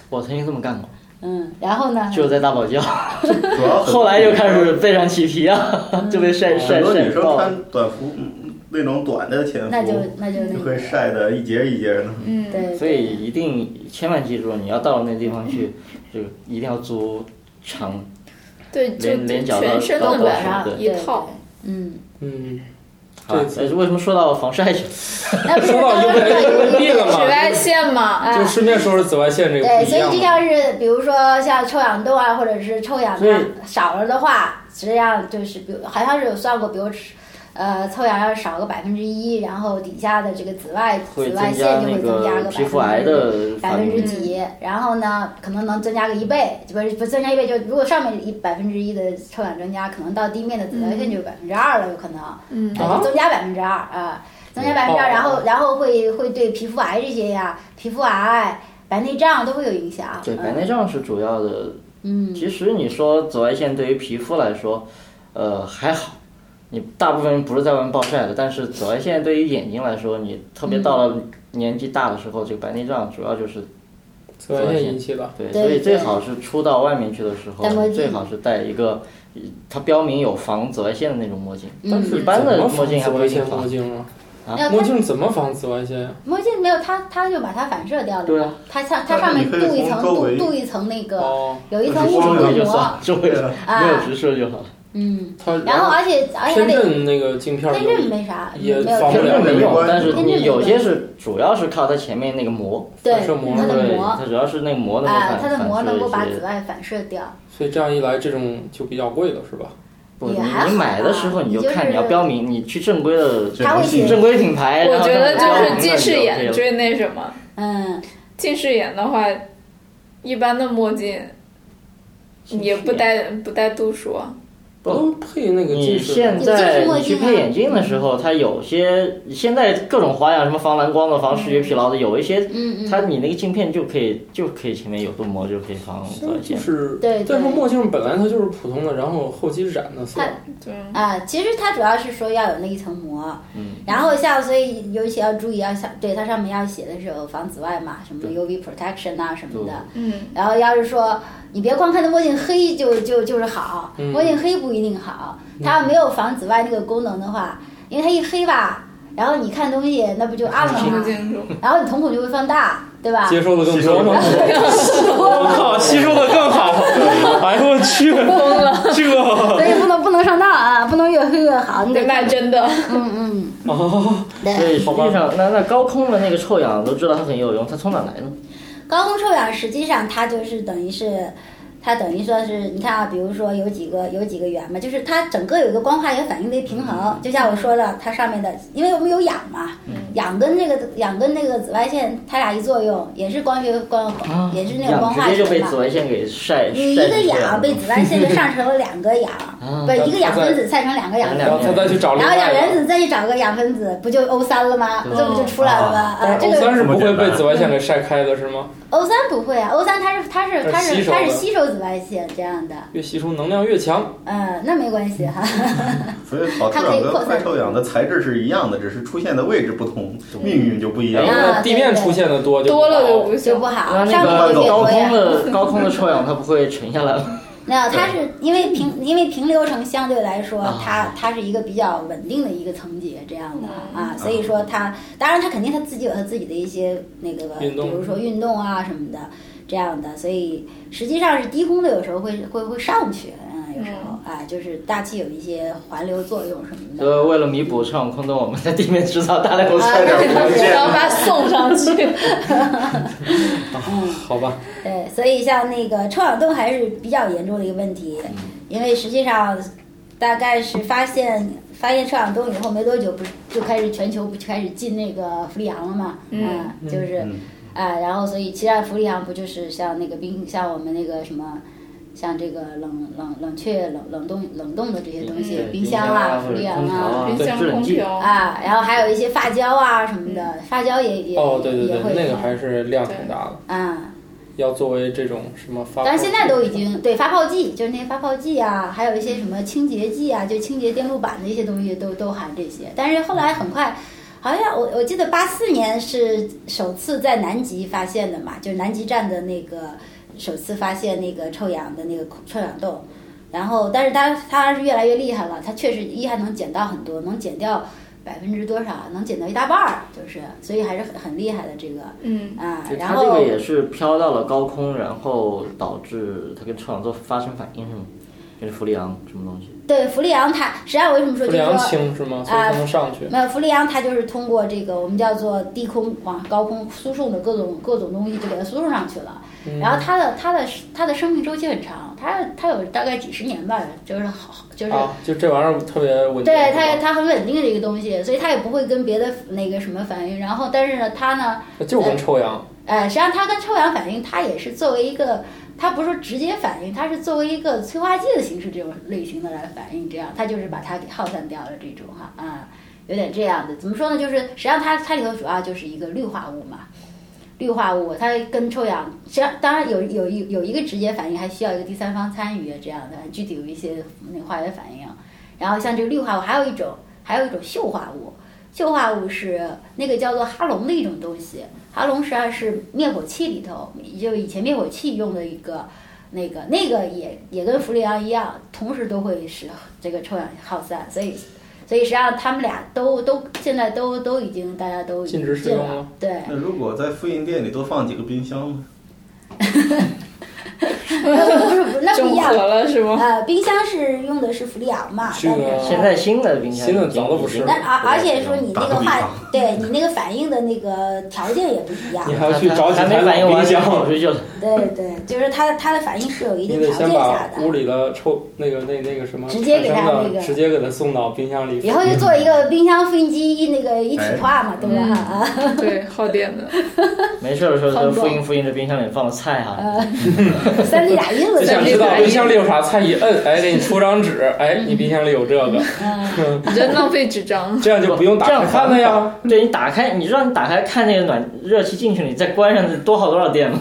Speaker 8: 我曾经这么干过，
Speaker 9: 嗯，然后呢？
Speaker 8: 就是在大堡礁，
Speaker 11: 主要
Speaker 9: 哦
Speaker 11: 很多
Speaker 8: 后来又开始背上起皮啊， 就被晒晒
Speaker 11: 很多
Speaker 8: 晒
Speaker 11: 女生
Speaker 8: 爆了。
Speaker 11: 穿短服，嗯那种短的潜
Speaker 9: 那就
Speaker 11: 伏，
Speaker 9: 那就那
Speaker 11: 就
Speaker 9: 个
Speaker 11: 会，晒得一节一节的。
Speaker 3: 嗯，
Speaker 9: 对，
Speaker 8: 所以一定千万记住，你要到了那地方去，
Speaker 10: 嗯
Speaker 8: 就一定要租长。
Speaker 3: 对，就
Speaker 8: 连连脚都
Speaker 3: 全身
Speaker 8: 都
Speaker 3: 的
Speaker 8: 包
Speaker 3: 吧，
Speaker 8: 上
Speaker 9: 上
Speaker 3: 一套，
Speaker 9: 嗯，
Speaker 10: 嗯，
Speaker 8: 好吧，
Speaker 10: 对
Speaker 8: 呃为什么说到防晒去了？
Speaker 9: 那不是
Speaker 10: 说到 UVA 就变了
Speaker 3: 紫外
Speaker 10: 嘛，
Speaker 3: 线 嘛，
Speaker 10: 就顺便说说紫外线这个
Speaker 9: 啊对，
Speaker 10: 不
Speaker 9: 所以
Speaker 10: 一
Speaker 9: 这
Speaker 10: 样嘛。
Speaker 9: 要是比如说像臭氧洞啊，或者是臭氧
Speaker 10: 所以
Speaker 9: 量少了的话，实际上就是比如好像是有算过，比如呃臭氧要是少个百分之一，然后底下的这个紫外紫
Speaker 8: 会
Speaker 9: 外
Speaker 8: 增加
Speaker 9: 线就
Speaker 8: 那
Speaker 9: 会增加
Speaker 8: 个
Speaker 9: 个
Speaker 8: 皮肤癌的
Speaker 9: 百
Speaker 8: 发
Speaker 9: 分之
Speaker 8: 病率。
Speaker 9: 几，然后呢，可能能增加个一倍，不是不是增加一倍，就如果上面一百分之一的臭氧增加，可能到地面的紫外线就百分之二了，有可能，
Speaker 8: 哦
Speaker 3: 嗯
Speaker 9: 哎，就增加百分之二啊，增加百分之二，然后然后会会对皮肤癌这些呀，皮肤癌、白内障都会有影响。
Speaker 8: 对，
Speaker 9: 嗯
Speaker 8: 白内障是主要的。
Speaker 9: 嗯，
Speaker 8: 其实你说紫外线对于皮肤来说，呃还好，你大部分人不是在外面暴晒的，但是紫外线对于眼睛来说，你特
Speaker 9: 嗯
Speaker 8: 别到了年纪大的时候，这个白内障主要就是
Speaker 10: 紫外线引起的，
Speaker 8: 对，
Speaker 9: 对
Speaker 8: 所以最
Speaker 9: 对
Speaker 8: 好是出到外面去的时
Speaker 9: 戴墨
Speaker 8: 候，
Speaker 9: 镜
Speaker 8: 最好是戴一个呃它标明有防紫外线的那种墨镜。
Speaker 9: 嗯
Speaker 10: 但是
Speaker 8: 一般的
Speaker 10: 怎么防
Speaker 8: 墨镜还
Speaker 10: 紫
Speaker 8: 不
Speaker 10: 外
Speaker 8: 一定
Speaker 10: 线
Speaker 8: 防
Speaker 10: 墨镜啊，
Speaker 8: 啊
Speaker 9: 没有
Speaker 10: 墨
Speaker 9: 呃它
Speaker 10: 镜怎么防紫外线啊呀？
Speaker 9: 墨镜没有它，它就把它反射掉了。
Speaker 8: 对啊，
Speaker 9: 它上它上面
Speaker 11: 但是你
Speaker 9: 镀
Speaker 11: 可以
Speaker 9: 一层
Speaker 11: 从周
Speaker 9: 镀
Speaker 11: 围
Speaker 9: 镀一层那个，
Speaker 10: 哦，
Speaker 9: 有一层
Speaker 11: 就是
Speaker 9: 物质
Speaker 11: 光
Speaker 8: 周围
Speaker 9: 镀
Speaker 8: 就
Speaker 9: 膜
Speaker 8: 算，，周围
Speaker 11: 对
Speaker 8: 没有
Speaker 9: 啊，
Speaker 8: 直射就好了。
Speaker 9: 嗯，
Speaker 10: 它
Speaker 9: 然后而且而且
Speaker 10: 深
Speaker 9: 还得
Speaker 10: 圳那个镜片儿
Speaker 9: 天
Speaker 10: 有
Speaker 9: 震没啥，没
Speaker 10: 也
Speaker 9: 有
Speaker 10: 防不
Speaker 8: 偏
Speaker 10: 了
Speaker 8: 正没用，但是
Speaker 9: 偏正
Speaker 8: 你
Speaker 9: 没
Speaker 8: 有
Speaker 9: 用
Speaker 8: 些是主要是靠它前面那个膜，
Speaker 9: 对
Speaker 10: 反射膜
Speaker 9: 它的
Speaker 8: 对，
Speaker 9: 膜
Speaker 8: 它主要是那个膜能够
Speaker 9: 啊
Speaker 8: 反，
Speaker 9: 它的膜
Speaker 8: 反射
Speaker 9: 能够
Speaker 8: 一
Speaker 9: 把
Speaker 8: 些
Speaker 9: 紫外反射掉，
Speaker 10: 所以这样一来，这种就比较贵了，是吧？
Speaker 8: 不，
Speaker 9: 也
Speaker 8: 你
Speaker 9: 还
Speaker 8: 你
Speaker 9: 好
Speaker 8: 买的
Speaker 9: 吧
Speaker 8: 时候
Speaker 9: 你
Speaker 8: 你就
Speaker 9: 就是
Speaker 8: 看你要标明，你去正规的
Speaker 9: 它会写
Speaker 8: 正规品牌，
Speaker 7: 我
Speaker 8: 哎然后
Speaker 7: 觉得
Speaker 8: 它标
Speaker 7: 就
Speaker 8: 明
Speaker 7: 是
Speaker 8: 了
Speaker 7: 近视眼
Speaker 8: 就 OK 了
Speaker 7: 最那什么，
Speaker 9: 嗯，
Speaker 7: 近视眼的话，一般的墨镜也不带不带度数啊，
Speaker 10: 不能配
Speaker 9: 嗯
Speaker 10: 那个
Speaker 8: 你
Speaker 10: 近视
Speaker 8: 现
Speaker 10: 眼，
Speaker 8: 在
Speaker 9: 就近视墨
Speaker 8: 你去
Speaker 9: 镜啊
Speaker 8: 配眼镜的时候，它有些现在各种花样，什么防蓝光的、防视觉疲劳的，有一些
Speaker 9: 嗯
Speaker 8: 它
Speaker 9: 嗯，
Speaker 8: 你那个镜片就可以就可以前面有镀膜就可以防紫外
Speaker 10: 就
Speaker 8: 线。
Speaker 10: 是。
Speaker 9: 对
Speaker 10: 但是
Speaker 9: 对。
Speaker 10: 墨镜本来它就是普通的，然后后期染的色
Speaker 9: 它，
Speaker 7: 对。
Speaker 9: 啊，其实它主要是说要有那一层膜，
Speaker 8: 嗯，
Speaker 9: 然后像所以尤其要注意要像对它上面要写的是有防紫外嘛，什么
Speaker 8: 对
Speaker 9: UV protection 啊什么的，
Speaker 7: 嗯，
Speaker 9: 然后要是说你别光看它墨镜黑就就就是好，
Speaker 10: 嗯
Speaker 9: 墨镜黑不一定好，它要没有防紫外那个功能的话，因为它一黑吧，然后你看东西那不就暗了
Speaker 7: 不
Speaker 9: 吗？
Speaker 7: 清楚。
Speaker 9: 然后你瞳孔就会放大，对吧？
Speaker 10: 接受的更多吗？我靠，吸收的更好！哎呦我去，疯了！这
Speaker 9: 所以不能不能上当啊，不能越黑越好，你
Speaker 7: 得
Speaker 9: 得
Speaker 7: 卖真的，
Speaker 9: 嗯嗯，
Speaker 10: 哦，
Speaker 8: 所
Speaker 9: 对。
Speaker 8: 以实际上，那那高空的那个臭氧都知道它很有用，它从哪来呢？
Speaker 9: 高空臭氧实际上它就是等于是。它等于说是，你看啊，比如说有几个有几个圆嘛，就是它整个有一个光化学反应的平衡，就像我说的，它上面的，因为我们有氧嘛，氧跟那个氧跟那个紫外线，它俩一作用，也是光学光，啊也是那种
Speaker 8: 氧
Speaker 9: 光化
Speaker 8: 直接
Speaker 9: 学
Speaker 8: 就被
Speaker 9: 嘛
Speaker 8: 紫。外线给晒晒
Speaker 9: 你一个
Speaker 8: 成这样
Speaker 9: 氧
Speaker 8: 了
Speaker 9: 被紫外线就上成了两个氧，
Speaker 8: 啊
Speaker 9: 不是一个氧分子晒成两个氧分
Speaker 10: 然
Speaker 9: 子，
Speaker 10: 后他再去找另
Speaker 9: 然后
Speaker 10: 外
Speaker 9: 氧
Speaker 10: 一
Speaker 9: 原
Speaker 10: 个，
Speaker 9: 子再去找个氧分子，不就 O 三了吗？这不就出来了吗？啊，
Speaker 10: 但是
Speaker 9: 这
Speaker 10: O
Speaker 9: 个
Speaker 10: 三是不
Speaker 11: 这
Speaker 10: 会
Speaker 11: 么
Speaker 10: 被
Speaker 11: 简单
Speaker 10: 紫外线给晒开的，是吗？
Speaker 9: O 三不会啊，O 三它是它是它
Speaker 10: 它是吸
Speaker 9: 是
Speaker 10: 收的
Speaker 9: 它是吸收紫外线这样的，
Speaker 10: 越吸收能量越强。
Speaker 9: 嗯，那没关系哈。
Speaker 11: 所以好臭氧跟坏臭氧的材质是一样的，只是出现的位置不 同，命运就不一样
Speaker 10: 然
Speaker 9: 哎。
Speaker 10: 后地面出现的多就
Speaker 7: 多了就
Speaker 10: 不好
Speaker 7: 不
Speaker 9: 就
Speaker 7: 行
Speaker 9: 不。
Speaker 8: 啊那
Speaker 9: 好，
Speaker 8: 那
Speaker 9: 上面
Speaker 8: 个
Speaker 9: 就
Speaker 8: 高
Speaker 9: 有
Speaker 8: 空
Speaker 9: 氧。
Speaker 8: 的高空的臭氧，它不会沉下来吗？
Speaker 9: 没有，它是因为平因为平流层相对来说
Speaker 8: 啊，
Speaker 9: 它它是一个比较稳定的一个层级这样的
Speaker 8: 嗯
Speaker 9: 啊，所以说它当然它肯定它自己有它自己的一些那个，比
Speaker 10: 运动
Speaker 9: 如说运动啊什么的这样的，所以实际上是低空的有时候会会会上去，嗯，有时候啊就是大气有一些环流作用什么的。
Speaker 8: 呃，为了弥补臭氧空洞，我们在地面制造大量的
Speaker 11: 都
Speaker 8: 臭
Speaker 11: 差点
Speaker 9: 啊
Speaker 11: 不
Speaker 9: 对
Speaker 11: 见
Speaker 7: 然后把它送上去，
Speaker 9: 嗯
Speaker 10: 好吧，
Speaker 9: 对，所以像那个臭氧洞还是比较严重的一个问题，因为实际上大概是发现发现臭氧洞以后没多久，不是就开始全球不就开始禁那个氟利昂了嘛？
Speaker 7: 嗯
Speaker 9: 啊就是啊、
Speaker 11: 嗯
Speaker 9: 然后所以其他氟利昂不就是像那个冰，像我们那个什么。像这个冷冷冷却冷冷冻冷冻的这些东西，
Speaker 8: 对
Speaker 9: 嗯冰箱啊、氟
Speaker 8: 冰
Speaker 9: 利
Speaker 8: 箱
Speaker 9: 昂啊
Speaker 8: 啊
Speaker 7: 冰箱
Speaker 8: 制冷
Speaker 7: 空
Speaker 8: 剂
Speaker 7: 调，
Speaker 9: 啊，然后还有一些发胶啊什么的，发胶也也
Speaker 10: 哦，对对
Speaker 9: 也会嗯
Speaker 10: 对，那个还是量挺大的，
Speaker 9: 啊，
Speaker 10: 要作为这种什么发泡剂。
Speaker 9: 但是现在都已经对发泡剂，就是那些发泡剂啊，还有一些什么清洁剂啊，就清洁电路板的一些东西都都含这些。但是后来很快，好像我我记得八四年是首次在南极发现的嘛，就是南极站的那个首次发现那个臭氧的那个臭氧洞。然后，但是它它是越来越厉害了，它确实一还能减到很多，能减掉百分之多少？能减到一大半儿，就是，所以还是很很厉害的这个
Speaker 7: 嗯，
Speaker 9: 啊
Speaker 8: 对。
Speaker 9: 然
Speaker 8: 它这
Speaker 9: 后
Speaker 8: 个也是飘到了高空，然后导致它跟臭氧做发生反应是吗？就是氟利昂什么东西？
Speaker 9: 对氟利昂它，实际上我为什么说
Speaker 10: 不
Speaker 9: 就是
Speaker 10: 良
Speaker 9: 说啊
Speaker 10: 轻是吗？所以它能上去。
Speaker 9: 没有，氟利昂它就是通过这个我们叫做低空往高空输送的各种各种东西，就给它输送上去了。
Speaker 10: 嗯
Speaker 9: 然后它的它的它的生命周期很长，它它有大概几十年吧，就是好就是。
Speaker 10: 啊，就这玩意儿特别稳定。
Speaker 9: 对
Speaker 10: 是吧
Speaker 9: 它，它很稳定的一个东西，所以它也不会跟别的那个什么反应。然后，但是呢，它呢，
Speaker 10: 它就跟臭氧。
Speaker 9: 呃，实际上它跟臭氧反应，它也是作为一个，它不是说直接反应，它是作为一个催化剂的形式这种类型的来反应，这样它就是把它给耗散掉了这种哈，啊、有点这样的。怎么说呢？就是实际上它它里头主要就是一个氯化物嘛，氯化物它跟臭氧，实际上当然有有有有一个直接反应，还需要一个第三方参与这样的，具体有一些那化学反应。然后像这个氯化物，还有一种还有一种溴化物，溴化物是那个叫做哈龙的一种东西，哈龙实际上是灭火器里头，就以前灭火器用的一个，那个那个也也跟氟利昂一样，同时都会使这个臭氧耗散，所以所以实际上他们俩都都现在都都已经大家都已
Speaker 10: 禁
Speaker 9: 经
Speaker 10: 止使
Speaker 9: 禁
Speaker 10: 用
Speaker 9: 了
Speaker 10: 了，
Speaker 9: 对，
Speaker 11: 那如果在复印店里多放几个冰箱呢？
Speaker 9: 呃不是不是那不
Speaker 7: 整
Speaker 9: 一
Speaker 7: 合
Speaker 9: 样。
Speaker 7: 了是 吗？
Speaker 9: 呃，冰箱是用的是氟利昂嘛，
Speaker 10: 哦是啊
Speaker 9: 但
Speaker 10: 的
Speaker 9: 是
Speaker 8: 现在新的冰箱已经
Speaker 10: 新的早都不是了
Speaker 9: 但而而且说你那个
Speaker 11: 打个比
Speaker 9: 化
Speaker 11: 方，
Speaker 10: 啊
Speaker 9: 对你那个反应的那个条件也不一样
Speaker 10: 你。还要去找几
Speaker 8: 还
Speaker 10: 台
Speaker 8: 没反应
Speaker 10: 老
Speaker 8: 完
Speaker 10: 冰
Speaker 8: 就
Speaker 10: 箱，
Speaker 8: 跑出去 了。
Speaker 9: 对对，就是它的它的反应是有一
Speaker 10: 你
Speaker 9: 定
Speaker 10: 得
Speaker 9: 条件
Speaker 10: 先把
Speaker 9: 下
Speaker 10: 屋
Speaker 9: 的。
Speaker 10: 里的抽那个那那个什么
Speaker 9: 直接给它
Speaker 10: 产生的
Speaker 9: 那个
Speaker 10: 直接给它送到冰箱里。
Speaker 9: 以后就做一个冰箱复印机一那个一体化嘛，对吧？
Speaker 7: 嗯
Speaker 10: 哎
Speaker 9: 啊，
Speaker 7: 对，耗电的。
Speaker 8: 没事的时候
Speaker 9: 放
Speaker 8: 就
Speaker 9: 不
Speaker 8: 复印复印着冰箱里放了菜哈、
Speaker 9: 呃啊三 D 打印了
Speaker 10: 就想
Speaker 9: 就是
Speaker 10: 知道
Speaker 9: 可以
Speaker 10: 冰箱里有啥菜，一摁，哎，给你出张纸，哎，你冰箱里有这个，
Speaker 7: 你这浪费纸张。
Speaker 10: 这样就不用打
Speaker 8: 这样
Speaker 10: 开看了呀。
Speaker 8: 对你打开，你让你打开看那个暖热气进去了，你再关上，多耗多少电嘛？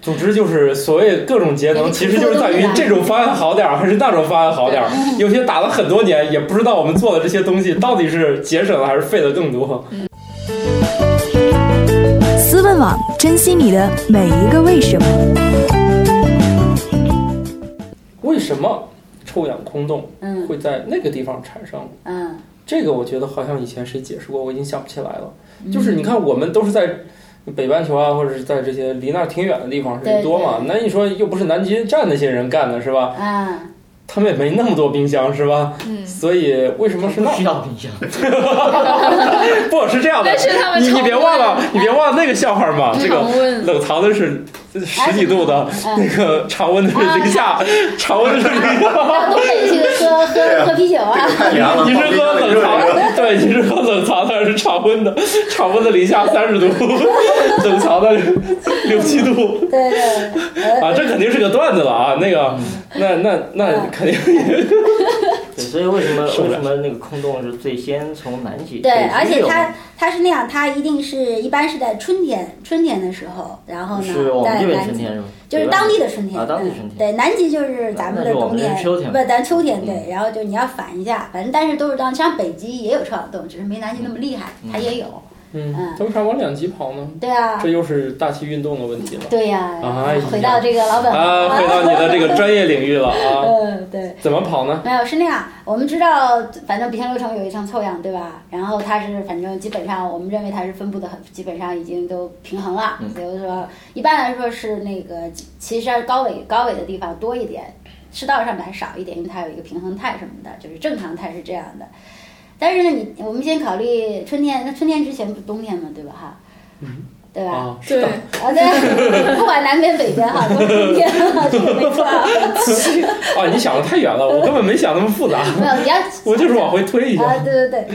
Speaker 10: 总之就是所谓各种节能，其实就是在于这种方案好点儿还是那种方案好 点儿。有些打了很多年，也不知道我们做的这些东西到底是节省了还是费的更多。
Speaker 2: 思问网珍惜你的每一个为什么。
Speaker 10: 为什么臭氧空洞
Speaker 9: 嗯
Speaker 10: 会在那个地方产生？
Speaker 9: 嗯
Speaker 10: 这个我觉得好像以前谁解释过，我已经想不起来了。
Speaker 7: 嗯
Speaker 10: 就是你看，我们都是在北半球啊，或者是在这些离那儿挺远的地方
Speaker 9: 对
Speaker 10: 人多嘛。那你说又不是南京站那些人干的是吧？
Speaker 9: 啊，
Speaker 10: 他们也没那么多冰箱是吧？
Speaker 7: 嗯
Speaker 10: 所以为什么是
Speaker 8: 不
Speaker 10: 那？
Speaker 8: 需要冰箱，
Speaker 10: 不是这样的
Speaker 7: 但，是他们
Speaker 10: 你
Speaker 7: 常
Speaker 10: 你别忘了，你别忘了那个笑话嘛，这个
Speaker 7: 常温
Speaker 10: 冷藏的是呃十几度
Speaker 7: 哎
Speaker 10: 的，
Speaker 9: 嗯
Speaker 10: 那个常温的
Speaker 7: 啊
Speaker 10: 是零下，常温的是零下。
Speaker 9: 到东北去喝喝喝啤酒啊，
Speaker 11: 太凉了，
Speaker 10: 你
Speaker 11: 放
Speaker 10: 是
Speaker 11: 冰
Speaker 10: 喝
Speaker 11: 箱
Speaker 10: 冷
Speaker 11: 里热
Speaker 10: 藏
Speaker 11: 一热。
Speaker 10: 的，对，你是喝冷藏的还是常温的？常温的零下三十度， 冷藏的六七度
Speaker 9: 对对对，
Speaker 10: 啊，这肯定是个段子了啊。那个，那那
Speaker 9: 嗯
Speaker 10: 那肯定也
Speaker 8: 对所以为什么
Speaker 10: 受不
Speaker 8: 为
Speaker 10: 了
Speaker 8: 什么那个空洞是最先从南极？
Speaker 9: 对
Speaker 8: 北，极
Speaker 9: 而且
Speaker 8: 有嘛
Speaker 9: 它它是那样，它一定是一般是在春天，春天的时候，然后呢
Speaker 8: 是，
Speaker 10: 哦
Speaker 8: 我们
Speaker 9: 在
Speaker 8: 这边
Speaker 9: 南
Speaker 8: 春
Speaker 9: 极，
Speaker 8: 天是吗？
Speaker 9: 就是当地的春天，
Speaker 8: 啊当地
Speaker 9: 嗯
Speaker 8: 春天啊
Speaker 9: 对，南极就是咱们的
Speaker 8: 那是我
Speaker 9: 冬
Speaker 8: 们这秋天嗯
Speaker 9: 不，咱秋天对，然后就你要反一下，反正但是都是当，像北极也有臭氧洞，只是没
Speaker 8: 嗯
Speaker 9: 南极那么厉害，它也有，
Speaker 10: 嗯，他为啥往两极跑呢？
Speaker 9: 对啊
Speaker 10: 这，又是大气运动的问题了
Speaker 9: 对呀
Speaker 10: 哎呀，
Speaker 9: 回到这个老本
Speaker 10: 啊！
Speaker 9: 行
Speaker 10: 回到你的这个专业领域了啊，
Speaker 9: 嗯，对。
Speaker 10: 怎么跑呢？
Speaker 9: 没有，是那样。我们知道，反正丙烯流程有一层臭氧，对吧？然后它是，反正基本上我们认为它是分布的很，基本上已经都平衡了。
Speaker 10: 嗯
Speaker 9: 比如说，一般来说是那个，其实高纬高纬的地方多一点，赤道上面还少一点，因为它有一个平衡态什么的，就是正常态是这样的。但是呢，你我们先考虑春天，那春天之前不是冬天嘛，对吧？哈，对吧？
Speaker 10: 啊，是
Speaker 7: 对
Speaker 10: 的，，
Speaker 9: 啊，对， 不管南边北边哈，都是冬天，这个没错啊。
Speaker 10: 啊，你想的太远了，我根本没想那么复杂，
Speaker 9: 没有，你要
Speaker 10: 我就是往回推一
Speaker 9: 啊，
Speaker 10: 下。
Speaker 9: 对对对，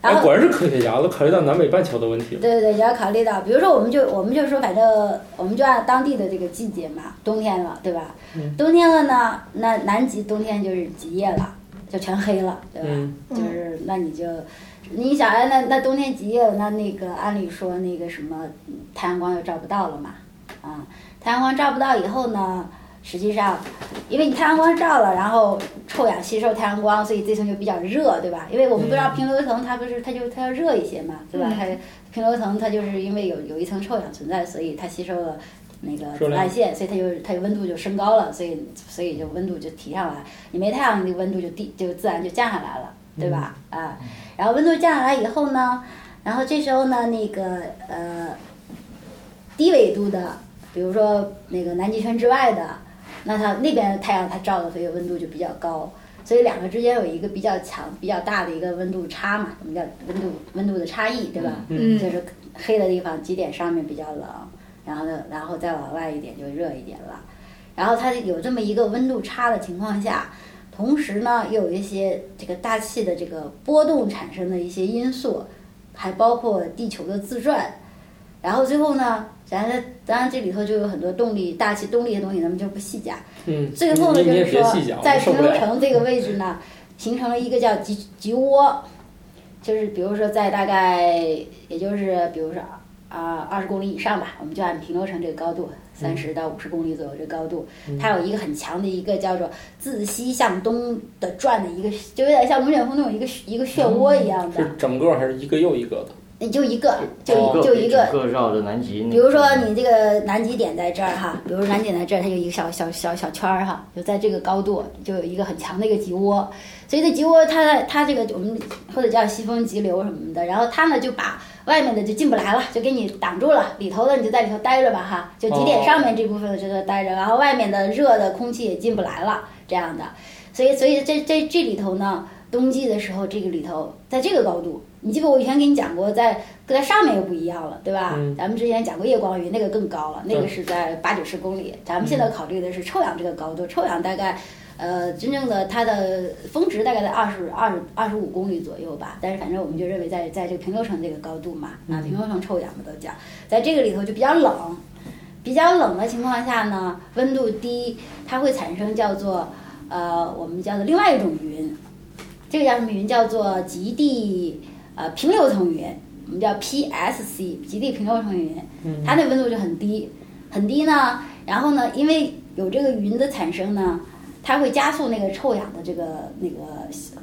Speaker 9: 然
Speaker 10: 哎，
Speaker 9: 后
Speaker 10: 果然是科学家，都考虑到南北半球的问题了。
Speaker 9: 对对对，也要考虑到，比如说我们就我们就说，反正我们就按当地的这个季节嘛，冬天了，对吧？
Speaker 10: 嗯
Speaker 9: 冬天了呢，那南极冬天就是极夜了，就全黑了，对吧？
Speaker 10: 嗯
Speaker 9: 就是那你就。你想哎，那那冬天极夜了，那那个按理说那个什么嗯太阳光又照不到了嘛，啊，太阳光照不到以后呢，实际上，因为你太阳光照了，然后臭氧吸收太阳光，所以这层就比较热，对吧？因为我们不知道平流层它不是它就它要热一些嘛，对吧？它平流层它就是因为有有一层臭氧存在，所以它吸收了那个紫外线，所以它就它就温度就升高了，所以所以就温度就提上来。你没太阳，你温度就低就自然就降下来了，对吧？啊，然后温度降下来以后呢，然后这时候呢，那个呃低纬度的，比如说那个南极圈之外的，那它那边的太阳它照的，所以温度就比较高。所以两个之间有一个比较强、比较大的一个温度差嘛，我们叫温度温度的差异，对吧？
Speaker 7: 嗯
Speaker 9: 就是黑的地方极点上面比较冷，然后呢，然后再往外一点就热一点了。然后它有这么一个温度差的情况下，同时呢，又有一些这个大气的这个波动产生的一些因素，还包括地球的自转。然后最后呢，咱当然这里头就有很多动力、大气动力的东西，咱们就不细讲。
Speaker 10: 嗯，
Speaker 9: 最后呢，
Speaker 10: 你
Speaker 9: 就
Speaker 10: 你也
Speaker 9: 是
Speaker 10: 别
Speaker 9: 说
Speaker 10: 细讲，，我
Speaker 9: 在
Speaker 10: 受
Speaker 9: 平
Speaker 10: 不
Speaker 9: 流
Speaker 10: 了。
Speaker 9: 层这个位置呢，形成了一个叫极极涡，就是比如说在大概，也就是比如说啊二十公里以上吧，我们就按平流层这个高度，三十到五十公里左右这个高度，
Speaker 10: 嗯
Speaker 9: 它有一个很强的一个叫做自西向东的转的一个，就有点像龙卷风那种一个一个漩涡一样的。
Speaker 10: 是整个还是一个又一个的？哦
Speaker 9: 就一个，就
Speaker 8: 一
Speaker 9: 就一
Speaker 8: 个
Speaker 9: 个。
Speaker 8: 整绕着南极那个。
Speaker 9: 比如说你这个南极点在这儿哈，比如南极点在这儿，它有一个小小小小圈儿哈，就在这个高度就有一个很强的一个极涡，所以这极涡它它这个我们或者叫西风急流什么的，然后它呢就把外面的就进不来了，就给你挡住了，里头的你就在里头待着吧哈，就极点上面这部分的就在待着，然后外面的热的空气也进不来了这样的，所以所以这这这里头呢。冬季的时候，这个里头在这个高度，你记得我以前给你讲过，在在上面又不一样了，对吧？
Speaker 10: 嗯
Speaker 9: 咱们之前讲过夜光云，那个更高了，那个是在八九十公里。咱们现在考虑的是臭氧这个高度，臭氧大概，呃，真正的它的峰值大概在二十二二十五公里左右吧。但是反正我们就认为在在这个平流层这个高度嘛，啊，平流层臭氧嘛都讲，在这个里头就比较冷，比较冷的情况下呢，温度低，它会产生叫做呃，我们叫做另外一种云。这个叫什么云？叫做极地呃平流层云，我们叫 PSC 极地平流层云。它那温度就很低，很低呢。然后呢，因为有这个云的产生呢，它会加速那个臭氧的这个那个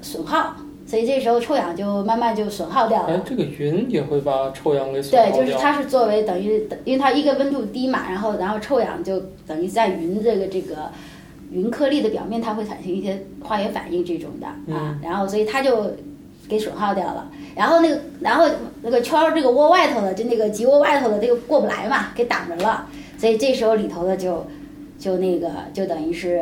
Speaker 9: 损耗，所以这时候臭氧就慢慢就损耗掉
Speaker 10: 哎
Speaker 9: 了，。
Speaker 10: 这个云也会把臭氧给损耗掉。
Speaker 9: 对，就是它是作为等于，因为它一个温度低嘛，然后然后臭氧就等于在云这个这个云颗粒的表面，它会产生一些化学反应这种的啊
Speaker 10: 嗯，
Speaker 9: 然后所以它就给损耗掉了。然后那个然后那个圈儿这个窝外头的，就那个极窝外头的这个过不来嘛，给挡着了，所以这时候里头的就就那个就等于是，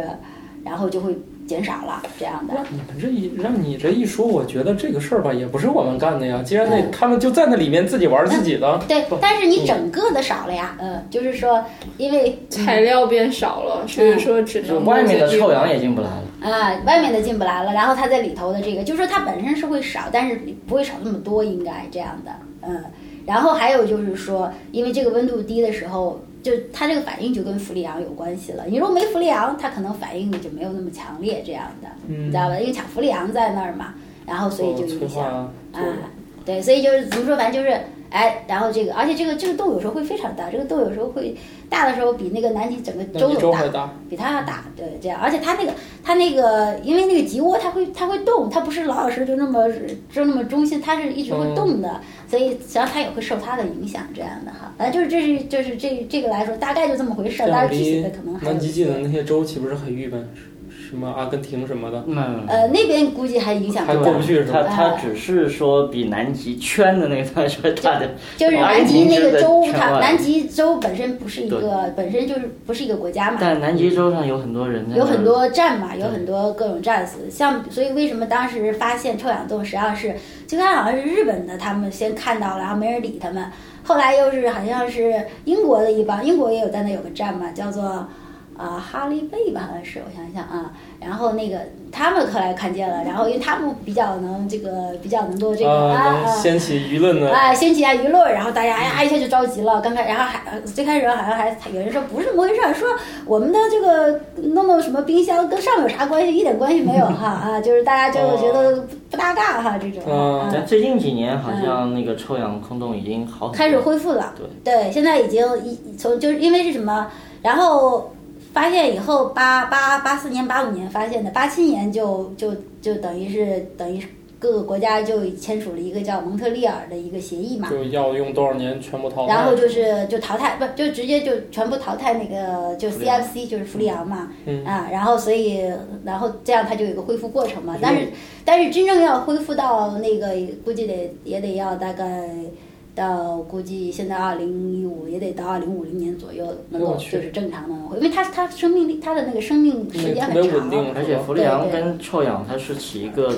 Speaker 9: 然后就会减少了这样的。
Speaker 10: 那你们这一让你这一说，我觉得这个事儿吧，也不是我们干的呀。既然
Speaker 9: 哎
Speaker 10: 那他们就在那里面自己玩自己的，
Speaker 9: 对
Speaker 10: 不，
Speaker 9: 但是你整个的少了呀，嗯，就是说，因为
Speaker 7: 材料变少了，所以说只
Speaker 8: 嗯就
Speaker 7: 能
Speaker 8: 外面的臭氧
Speaker 7: 也
Speaker 8: 也进不来了。
Speaker 9: 啊，外面的进不来了，然后它在里头的这个，就是说它本身是会少，但是不会少那么多，应该这样的，嗯。然后还有就是说，因为这个温度低的时候，就它这个反应就跟氟利昂有关系了。你如果没氟利昂，它可能反应就没有那么强烈，这样的，你
Speaker 10: 嗯哦
Speaker 9: 知，道吧？因为强氟利昂在那儿嘛，然后所以就
Speaker 10: 催
Speaker 9: 影响。
Speaker 10: 化作
Speaker 9: 啊
Speaker 10: 用。，
Speaker 9: 对，所以就是怎么说，反正就是哎，然后这个，而且这个这个洞有时候会非常大，这个洞有时候会大的时候比那个南极整个
Speaker 10: 那
Speaker 9: 洲
Speaker 10: 比周
Speaker 9: 都
Speaker 10: 还大，
Speaker 9: 比它要大，对，这样，而且它那个它那个，因为那个极涡它会它会动，它不是老老实就那么就那么中心，它是一直会
Speaker 10: 嗯
Speaker 9: 动的，所以实际上它也会受它的影响，这样的哈，反正就是这是就是这这个来说，大概就这么回事儿，
Speaker 10: 这
Speaker 9: 当
Speaker 10: 样
Speaker 9: 然具体
Speaker 10: 离
Speaker 9: 的可能还有
Speaker 10: 南
Speaker 9: 一
Speaker 10: 极
Speaker 9: 些。
Speaker 10: 近的那些州岂不是很郁闷？什么阿根廷什么的，
Speaker 8: 嗯，
Speaker 9: 呃，那边估计还影响
Speaker 10: 还
Speaker 9: 不
Speaker 10: 过不
Speaker 9: 了，
Speaker 10: 去是
Speaker 8: 它
Speaker 10: 吧？
Speaker 8: 它只是说比南极圈的那个范围大点，
Speaker 9: 就是
Speaker 8: 阿根
Speaker 9: 南极
Speaker 8: 廷
Speaker 9: 那
Speaker 8: 是
Speaker 9: 个
Speaker 8: 在
Speaker 9: 州，
Speaker 8: 圈
Speaker 9: 它
Speaker 8: 外
Speaker 9: 南极洲本身不是一个，本身就是不是一个国家嘛，
Speaker 8: 但南极洲上有很多人在那儿，
Speaker 9: 有很多站嘛，有
Speaker 8: 对
Speaker 9: 很多各种站死，像所以为什么当时发现臭氧洞，实际上是最开始好像是日本的，他们先看到了，然后没人理他们，后来又是好像是英国的一帮，英国也有在那有个站嘛，叫做啊、呃哈利贝吧，好像是我想想啊，然后那个他们后来看见了，然后因为他们比较能这个比较能够这个
Speaker 10: 啊，
Speaker 9: 啊
Speaker 10: 能掀起舆论的
Speaker 9: 啊，掀起啊舆论，然后大家哎呀一下就着急了。刚开，然后还呃最开始好像还有人说不是那么回事儿，说我们的这个弄弄什么冰箱跟上面有啥关系，一点关系没有哈啊，就是大家就是觉得不搭嘎哈这种
Speaker 10: 啊
Speaker 9: 啊，
Speaker 8: 嗯但最近几年好像那个臭氧空洞已经好很多
Speaker 9: 嗯开始恢复了。对，现在已经一从就是因为是什么，然后发现以后八八八四年八五年发现的，八七年就就就等于是等于是各个国家就签署了一个叫蒙特利尔的一个协议嘛。
Speaker 10: 就要用多少年全部淘汰，
Speaker 9: 啊然后就是就淘汰，不就直接就全部淘汰那个就
Speaker 8: 氟利昂
Speaker 9: CFC 就是氟利昂嘛，
Speaker 10: 嗯
Speaker 9: 啊，然后所以然后这样它就有一个恢复过程嘛，但是但是真正要恢复到那个估计得也得要大概到估计现在二零一五也得到二零五零年左右能
Speaker 10: 我
Speaker 9: 够
Speaker 10: 去
Speaker 9: 就是正常的恢复，因为它它生命力它的那个生命时
Speaker 10: 那
Speaker 9: 间
Speaker 10: 个特别
Speaker 9: 很长，啊嗯
Speaker 10: 稳定，
Speaker 8: 而且氟利昂跟臭氧它是起一个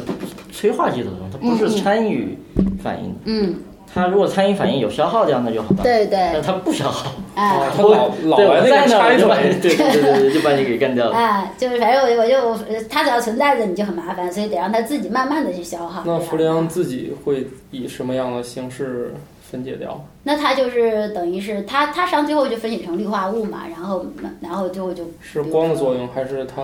Speaker 8: 催化剂的作用，它不是参与反应的。
Speaker 9: 嗯，
Speaker 8: 它如果参与反应有消耗掉，那就好办。
Speaker 9: 对对，
Speaker 10: 嗯
Speaker 8: 但它不消耗，
Speaker 9: 哎。
Speaker 10: 哦他老老
Speaker 8: 对
Speaker 10: 来
Speaker 8: 我
Speaker 10: 那个
Speaker 8: 在那
Speaker 10: 插
Speaker 8: 儿
Speaker 10: 一
Speaker 8: 就把
Speaker 10: 嘴
Speaker 8: 你，对对对对，就把你给干掉了。
Speaker 9: 哎，就是反正我就我就我它只要存在着你就很麻烦，所以得让它自己慢慢的去消耗。
Speaker 10: 那
Speaker 9: 这样
Speaker 10: 氟利昂自己会以什么样的形式分解掉？
Speaker 9: 那它就是等于是它它实际上最后就分解成氯化物嘛，然后然后最后就比
Speaker 10: 是
Speaker 9: 如说
Speaker 10: 光的作用，还是它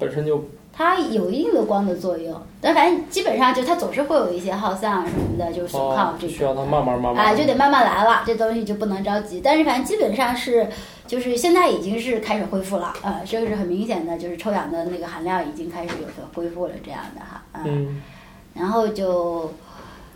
Speaker 10: 本身就
Speaker 9: 它有一定的光的作用，但反正基本上就它总是会有一些耗散什么的，就是损耗
Speaker 10: 哦
Speaker 9: 这
Speaker 10: 需
Speaker 9: 种。
Speaker 10: 要它慢慢慢慢
Speaker 9: 啊，就得慢慢来了，这东西就不能着急。但是反正基本上是，就是现在已经是开始恢复了，呃，这个是很明显的，就是臭氧的那个含量已经开始有所恢复了这样的哈，嗯
Speaker 10: 嗯，
Speaker 9: 然后就，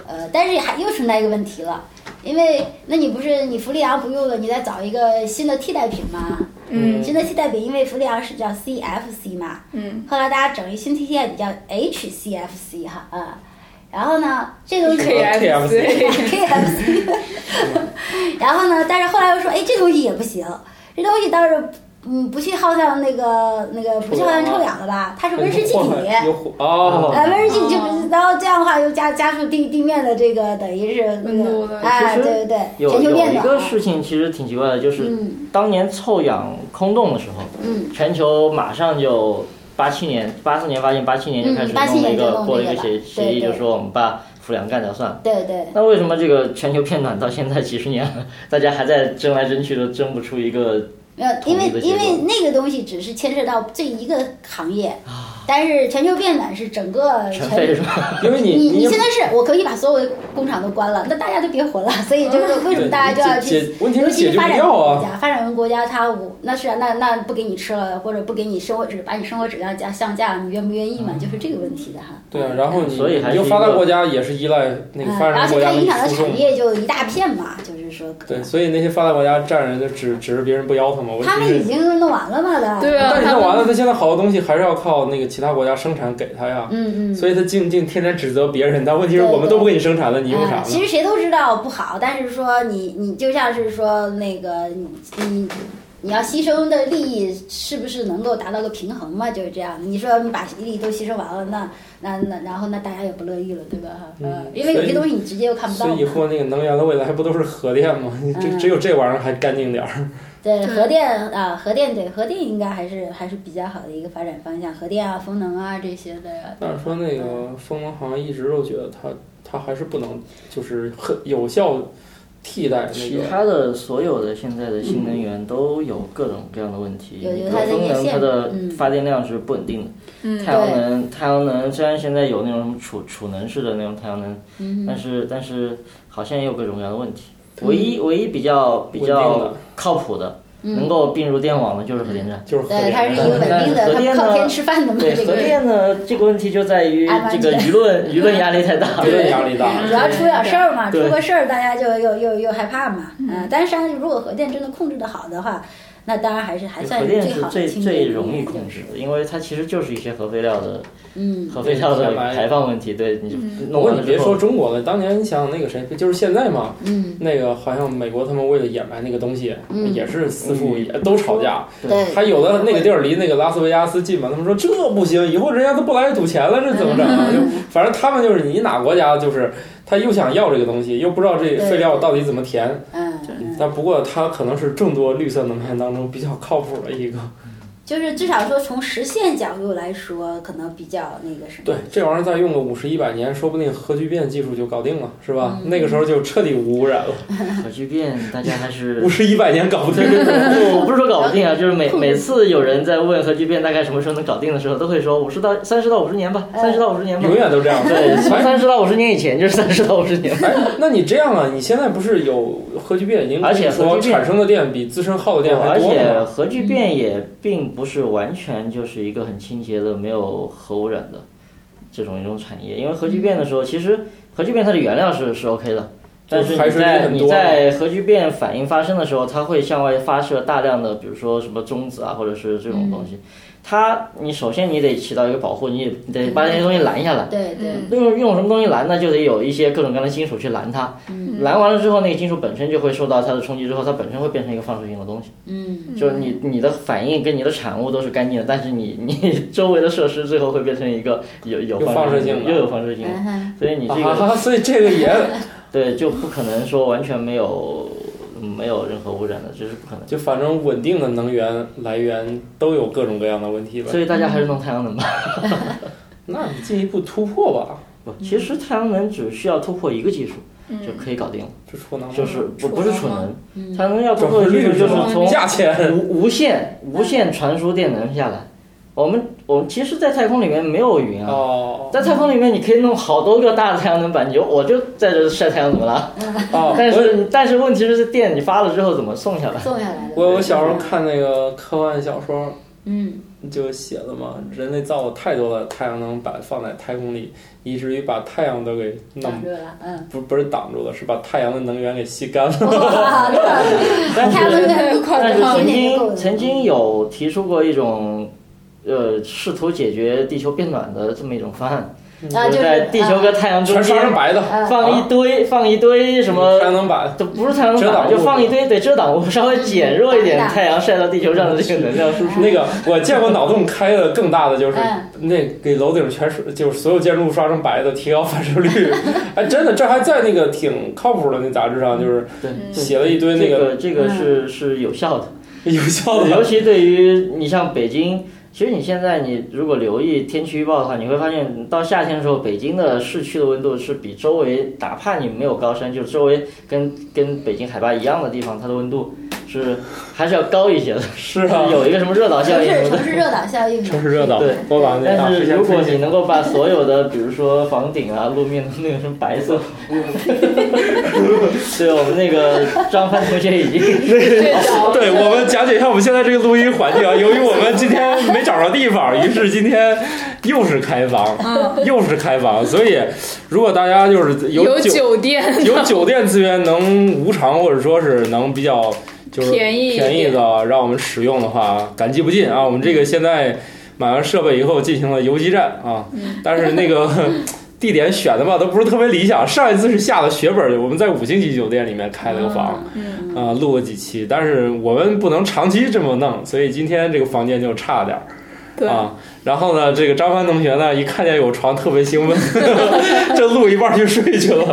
Speaker 9: 呃，但是还又存在一个问题了，因为那你不是你氟利昂不用了，你再找一个新的替代品吗？
Speaker 7: 嗯
Speaker 9: 新的替代品因为氟利昂是叫 CFC 嘛，
Speaker 7: 嗯，
Speaker 9: 后来大家整一新替代品叫 HCFC 哈啊，然后呢，这东西
Speaker 7: KFC
Speaker 9: KFC，然后呢，但是后来又说，哎，这东西也不行，这东西倒是。嗯，不去耗掉那个那个不去耗掉臭氧了吧？它是温室气体，
Speaker 10: 有火
Speaker 8: 嗯
Speaker 10: 哦，
Speaker 9: 呃，温室气体就不是，然后这样的话又加加速地地面的这个等于是
Speaker 7: 温度
Speaker 9: 那
Speaker 7: 的
Speaker 9: 个哎，
Speaker 8: 其实
Speaker 9: 对对对，
Speaker 8: 有
Speaker 9: 全球
Speaker 8: 有
Speaker 9: 变
Speaker 8: 一
Speaker 9: 暖
Speaker 8: 个事情其实挺奇怪的，就是
Speaker 9: 嗯
Speaker 8: 当年臭氧空洞的时候，
Speaker 9: 嗯
Speaker 8: 全球马上就八七年、八四年发现，八七年就开始
Speaker 9: 嗯87
Speaker 8: 弄了一
Speaker 9: 年
Speaker 8: 个
Speaker 9: 就弄
Speaker 8: 过了一
Speaker 9: 这
Speaker 8: 个
Speaker 9: 个
Speaker 8: 协
Speaker 9: 了
Speaker 8: 协议，
Speaker 9: 对对
Speaker 8: 就说我们把氟利昂干掉算了。
Speaker 9: 对对，
Speaker 8: 那为什么这个全球变暖到现在几十年了，大家还在争来争去都争不出一个？
Speaker 9: 没有，因
Speaker 8: 统
Speaker 9: 为
Speaker 8: 一的结
Speaker 9: 因
Speaker 8: 构
Speaker 9: 为那个东西只是牵涉到这一个行业，
Speaker 10: 啊
Speaker 9: 但是全球变暖是整个
Speaker 8: 全废是吧？
Speaker 10: 因为你
Speaker 9: 你
Speaker 10: 你
Speaker 9: 你现在是我可以把所有的工厂都关了，那大家就别活了，所以就是为什么大家就要
Speaker 10: 啊解
Speaker 9: 去
Speaker 10: 解，问题
Speaker 9: 尤
Speaker 10: 是
Speaker 9: 其
Speaker 10: 解
Speaker 9: 是
Speaker 10: 决
Speaker 9: 发
Speaker 10: 不
Speaker 9: 展中
Speaker 10: 掉
Speaker 9: 国
Speaker 10: 啊。
Speaker 9: 家，发展中国家它无那是啊，那那不给你吃了，或者不给你生活质把你生活质量加降价，你愿不愿意嘛？就是这个问题的哈。
Speaker 10: 啊对啊，然后你
Speaker 8: 所以还
Speaker 10: 你
Speaker 8: 是
Speaker 10: 就
Speaker 8: 一
Speaker 10: 发达
Speaker 8: 个
Speaker 10: 国家也是依赖那个
Speaker 9: 嗯，
Speaker 10: 发展
Speaker 9: 而
Speaker 10: 中国
Speaker 9: 且
Speaker 10: 家
Speaker 9: 它
Speaker 10: 的
Speaker 9: 影响到
Speaker 10: 输送
Speaker 9: 产。业就一大片嘛，就是说，
Speaker 10: 对，所以那些发达国家占人的只只是别人不腰疼嘛，问题
Speaker 9: 他们已
Speaker 10: 是。
Speaker 9: 经弄完了嘛的。
Speaker 7: 对啊，
Speaker 10: 但是
Speaker 7: 他
Speaker 10: 那完
Speaker 7: 们
Speaker 10: 了，他现在好多东西还是要靠那个其他国家生产给他呀，
Speaker 9: 嗯嗯。
Speaker 10: 所以他净净天天指责别人。但问题是
Speaker 9: 对
Speaker 10: 我们都不给你生产了，你用
Speaker 9: 嗯
Speaker 10: 啥呢？
Speaker 9: 其实谁都知道不好，但是说你你就像是说那个你你你要牺牲的利益是不是能够达到个平衡嘛？就是这样的。你说你把利益都牺牲完了，那那那然后那大家也不乐意了，对吧？呃，因为有些东西你直接又看不
Speaker 10: 嗯所
Speaker 9: 到嘛
Speaker 10: 以以。后那个能源的未来还不都是核电吗？
Speaker 9: 嗯
Speaker 10: 这只有这玩意儿还干净点儿。
Speaker 9: 对核电啊，核电对核电应该还是还是比较好的一个发展方向，核电啊、风能啊这些的。
Speaker 10: 但是说那个风能好像一直都觉得它它还是不能就是很有效替代那
Speaker 8: 其
Speaker 10: 个。
Speaker 8: 他的所有的现在的新能源都有各种各样的问题，
Speaker 9: 嗯有
Speaker 8: 比
Speaker 9: 有
Speaker 8: 如
Speaker 9: 它的
Speaker 8: 风
Speaker 9: 一
Speaker 8: 能
Speaker 9: 些
Speaker 8: 它的
Speaker 9: 嗯
Speaker 8: 发电量是不稳定的，
Speaker 7: 嗯
Speaker 8: 太阳能太阳能虽然现在有那种什么储储能式的那种太阳能，
Speaker 9: 嗯
Speaker 8: 但是但是好像也有各种各样的问题。唯一唯一比较比
Speaker 10: 稳定
Speaker 8: 较
Speaker 10: 的
Speaker 8: 靠谱的，
Speaker 9: 嗯
Speaker 8: 能够并入电网的就是核电站。
Speaker 10: 就是核
Speaker 9: 对，
Speaker 10: 电
Speaker 9: 它是一
Speaker 10: 站，
Speaker 9: 个稳定的，
Speaker 8: 核电
Speaker 9: 它
Speaker 8: 呢
Speaker 9: 靠天吃饭的嘛，
Speaker 8: 对
Speaker 9: 嗯这
Speaker 8: 核
Speaker 9: 个。
Speaker 8: 电呢，这个问题就在于
Speaker 9: 安
Speaker 8: 这
Speaker 9: 全
Speaker 8: 个舆论舆论压力太大。
Speaker 10: 舆论压力大。
Speaker 9: 主要出点事儿嘛，出
Speaker 8: 对
Speaker 9: 个事儿大家就又又又害怕嘛，嗯，但是如果核电真的控制的好的话，那当然还是还算
Speaker 8: 核
Speaker 9: 是
Speaker 8: 电是
Speaker 9: 好的
Speaker 8: 最
Speaker 9: 清洁能
Speaker 8: 最
Speaker 9: 源
Speaker 8: 容易控制，的，因为它其实就是一些核废料的
Speaker 9: 嗯，
Speaker 8: 核废料的
Speaker 10: 对排
Speaker 8: 排放问题。对你
Speaker 7: 嗯
Speaker 10: 不
Speaker 8: 弄
Speaker 10: 过
Speaker 8: 完
Speaker 10: 你
Speaker 8: 了之
Speaker 10: 别
Speaker 8: 后
Speaker 10: 说，中国了，当年你想想那个谁，就是现在嘛，
Speaker 9: 嗯，
Speaker 10: 那个好像美国他们为了掩埋那个东西，
Speaker 9: 嗯
Speaker 10: 也是私腹也都吵架。
Speaker 9: 对，
Speaker 10: 还有的那个地儿离那个拉斯维加斯近嘛，他们说这不行，以后人家都不来赌钱了，这怎么整啊？就反正他们就是你哪国家就是他又想要这个东西，又不知道这
Speaker 9: 对
Speaker 10: 废料到底怎么填。
Speaker 9: 嗯，嗯
Speaker 10: 但不过它可能是众多绿色能源当中比较靠谱的一个。
Speaker 9: 就是至少说从实现角度来说，可能比较那个什么，
Speaker 10: 对，这玩意儿再用个五十一百年，说不定核聚变技术就搞定了，是吧？那个时候就彻底无污染了。
Speaker 8: 核聚变大家 还是
Speaker 10: 五十一百年搞 不定。
Speaker 8: 我不是说搞不定啊，就是每每次有人在问核聚变大概什么时候能搞定的时候，都会说五十到三十到五十年吧，三十到五十年吧
Speaker 10: 永。远都这样。
Speaker 8: 对，从
Speaker 10: 哎，
Speaker 8: 三十到五十年以前就是三十到五十年。
Speaker 10: 那你这样啊？你现在不是有核聚变已经
Speaker 8: 而且核聚
Speaker 10: 说
Speaker 8: 变
Speaker 10: 产生的电比自身耗的电还
Speaker 8: 而
Speaker 10: 多
Speaker 8: 且
Speaker 10: 了吗？
Speaker 8: 核聚变也并不是完全就是一个很清洁的、没有核污染的这种一种产业，因为核聚变的时候，其实核聚变它的原料是是 OK 的，但是
Speaker 10: 排
Speaker 8: 你
Speaker 10: 水也
Speaker 8: 在
Speaker 10: 很
Speaker 8: 你
Speaker 10: 多
Speaker 8: 在核聚变反应发生的时候，它会向外发射大量的，比如说什么中子啊，或者是这种东
Speaker 10: 嗯
Speaker 8: 西。它，你首先你得起到一个保护，你也得把这些东西拦下来。
Speaker 9: 对对，
Speaker 7: 嗯
Speaker 8: 用用什么东西拦呢？就得有一些各种各样的金属去拦它。
Speaker 10: 嗯
Speaker 8: 拦完了之后，那个金属本身就会受到它的冲击，之后它本身会变成一个放射性的东西。
Speaker 9: 嗯，
Speaker 8: 就是你你的反应跟你的产物都是干净的，但是你你 周围的设施最后会变成一个有有
Speaker 10: 有放射
Speaker 8: 射
Speaker 10: 性的
Speaker 8: 又有放射性的，
Speaker 9: 嗯哼
Speaker 8: 所以你这个、
Speaker 10: 啊， 所以这个也
Speaker 8: 对就不可能说完全没有没有任何污染的，这是不可能的。
Speaker 10: 就反正稳定的能源来源都有各种各样的问题吧
Speaker 8: 所。以大家还是弄太阳能吧。
Speaker 10: 那你进一步突破吧，
Speaker 8: 不，其实太阳能只需要突破一个技术就可以搞定了，
Speaker 10: 这储能
Speaker 8: 就是不不是储能，太阳能要突
Speaker 10: 转
Speaker 8: 破
Speaker 10: 换
Speaker 8: 的技
Speaker 10: 嗯率
Speaker 8: 术就是是
Speaker 10: 吗
Speaker 8: 从
Speaker 10: 价钱
Speaker 8: 无无线无线传输电能下来。我们我们其实，在太空里面没有云啊，
Speaker 10: 哦
Speaker 8: 在太空里面你可以弄好多个大的太阳能板，你就我就在这晒太阳怎么了？
Speaker 10: 哦，
Speaker 8: 但
Speaker 10: 我
Speaker 8: 是但是问题是电你发了之后怎么送下来？
Speaker 9: 送下来的，
Speaker 10: 我我小时候看那个科幻小说，
Speaker 9: 嗯，
Speaker 10: 就写了嘛，人类造了太多的太阳能板放在太空里，以至于把太阳都给弄
Speaker 9: 挡住了，嗯，
Speaker 10: 不不是挡住了，是把太阳的能源给吸干了。
Speaker 8: 哦
Speaker 9: 哇，
Speaker 8: 但
Speaker 9: 太阳
Speaker 8: 嗯是
Speaker 9: 能源快
Speaker 8: 但是
Speaker 9: 点
Speaker 8: 曾
Speaker 9: 点够
Speaker 8: 经
Speaker 9: 了
Speaker 8: 曾经有提出过一种，呃，试图解决地球变暖的这么一种方案，
Speaker 9: 啊，
Speaker 8: 就
Speaker 9: 就是是
Speaker 8: 在地球跟太阳中
Speaker 10: 全刷
Speaker 8: 间
Speaker 10: 成白的，
Speaker 9: 啊
Speaker 8: 放一堆放一堆什么
Speaker 10: 太阳能板，
Speaker 8: 都不是太阳能
Speaker 10: 遮挡
Speaker 8: 板，
Speaker 10: 物
Speaker 8: 就放一堆对遮挡物，稍微减弱一
Speaker 9: 嗯
Speaker 8: 点太阳晒到地球上的这个能量输出。
Speaker 10: 那个我见过脑洞开的更大的就是
Speaker 9: 嗯
Speaker 10: 那给楼顶全是就是所有建筑物刷成白的，提高反射率。哎，真的，这还在那个挺靠谱的那杂志上，就是
Speaker 8: 对，
Speaker 10: 写了一堆嗯那
Speaker 8: 这
Speaker 10: 个
Speaker 8: 个这个是
Speaker 9: 嗯
Speaker 8: 是有效的。
Speaker 10: 有效
Speaker 8: 尤
Speaker 10: 的。
Speaker 8: 其对于你像北京，其实你现在你如果留意天气预报的话，你会发现到夏天的时候，北京的市区的温度是比周围，哪怕你没有高山，就是周围跟跟北京海拔一样的地方，它的温度是还是要高一些的，
Speaker 10: 是啊，
Speaker 8: 有一个什么热岛效
Speaker 9: 城
Speaker 8: 应
Speaker 9: 市
Speaker 8: 什么
Speaker 9: 城市
Speaker 8: 的。
Speaker 9: 热岛效应嘛，
Speaker 10: 城市热岛
Speaker 8: 对，
Speaker 10: 我把 那大
Speaker 8: 但
Speaker 10: 事
Speaker 8: 是
Speaker 10: 先
Speaker 8: 如果
Speaker 10: 推
Speaker 8: 你
Speaker 10: 荐
Speaker 8: 能够把所有的，比如说房顶啊、路面的那个什么 白色，对我们那个张帆同学已经
Speaker 10: 对我们讲解一下我们现在这个录音环 境啊，由于我们今天没找着地方，于是今天又是开房，又是开房，所以如果大家就是有
Speaker 7: 有
Speaker 10: 酒
Speaker 7: 酒店，
Speaker 10: 有酒店资源能无偿或者说是能比较就是
Speaker 7: 便宜一
Speaker 10: 嗯
Speaker 7: 点嗯
Speaker 10: 便宜的让我们使用的话，感激不尽啊！我们这个现在买完设备以后进行了游击战啊，
Speaker 7: 嗯
Speaker 10: 但是那个地点选的吧都不是特别理想。上一次是下了血本儿，我们在五星级酒店里面开了个房，
Speaker 7: 嗯
Speaker 10: 啊、录了几期，但是我们不能长期这么弄，所以今天这个房间就差点儿。
Speaker 7: 对，
Speaker 10: 啊，然后呢，这个张帆同学呢，一看见有床特别兴奋， 这录一半儿就睡去了。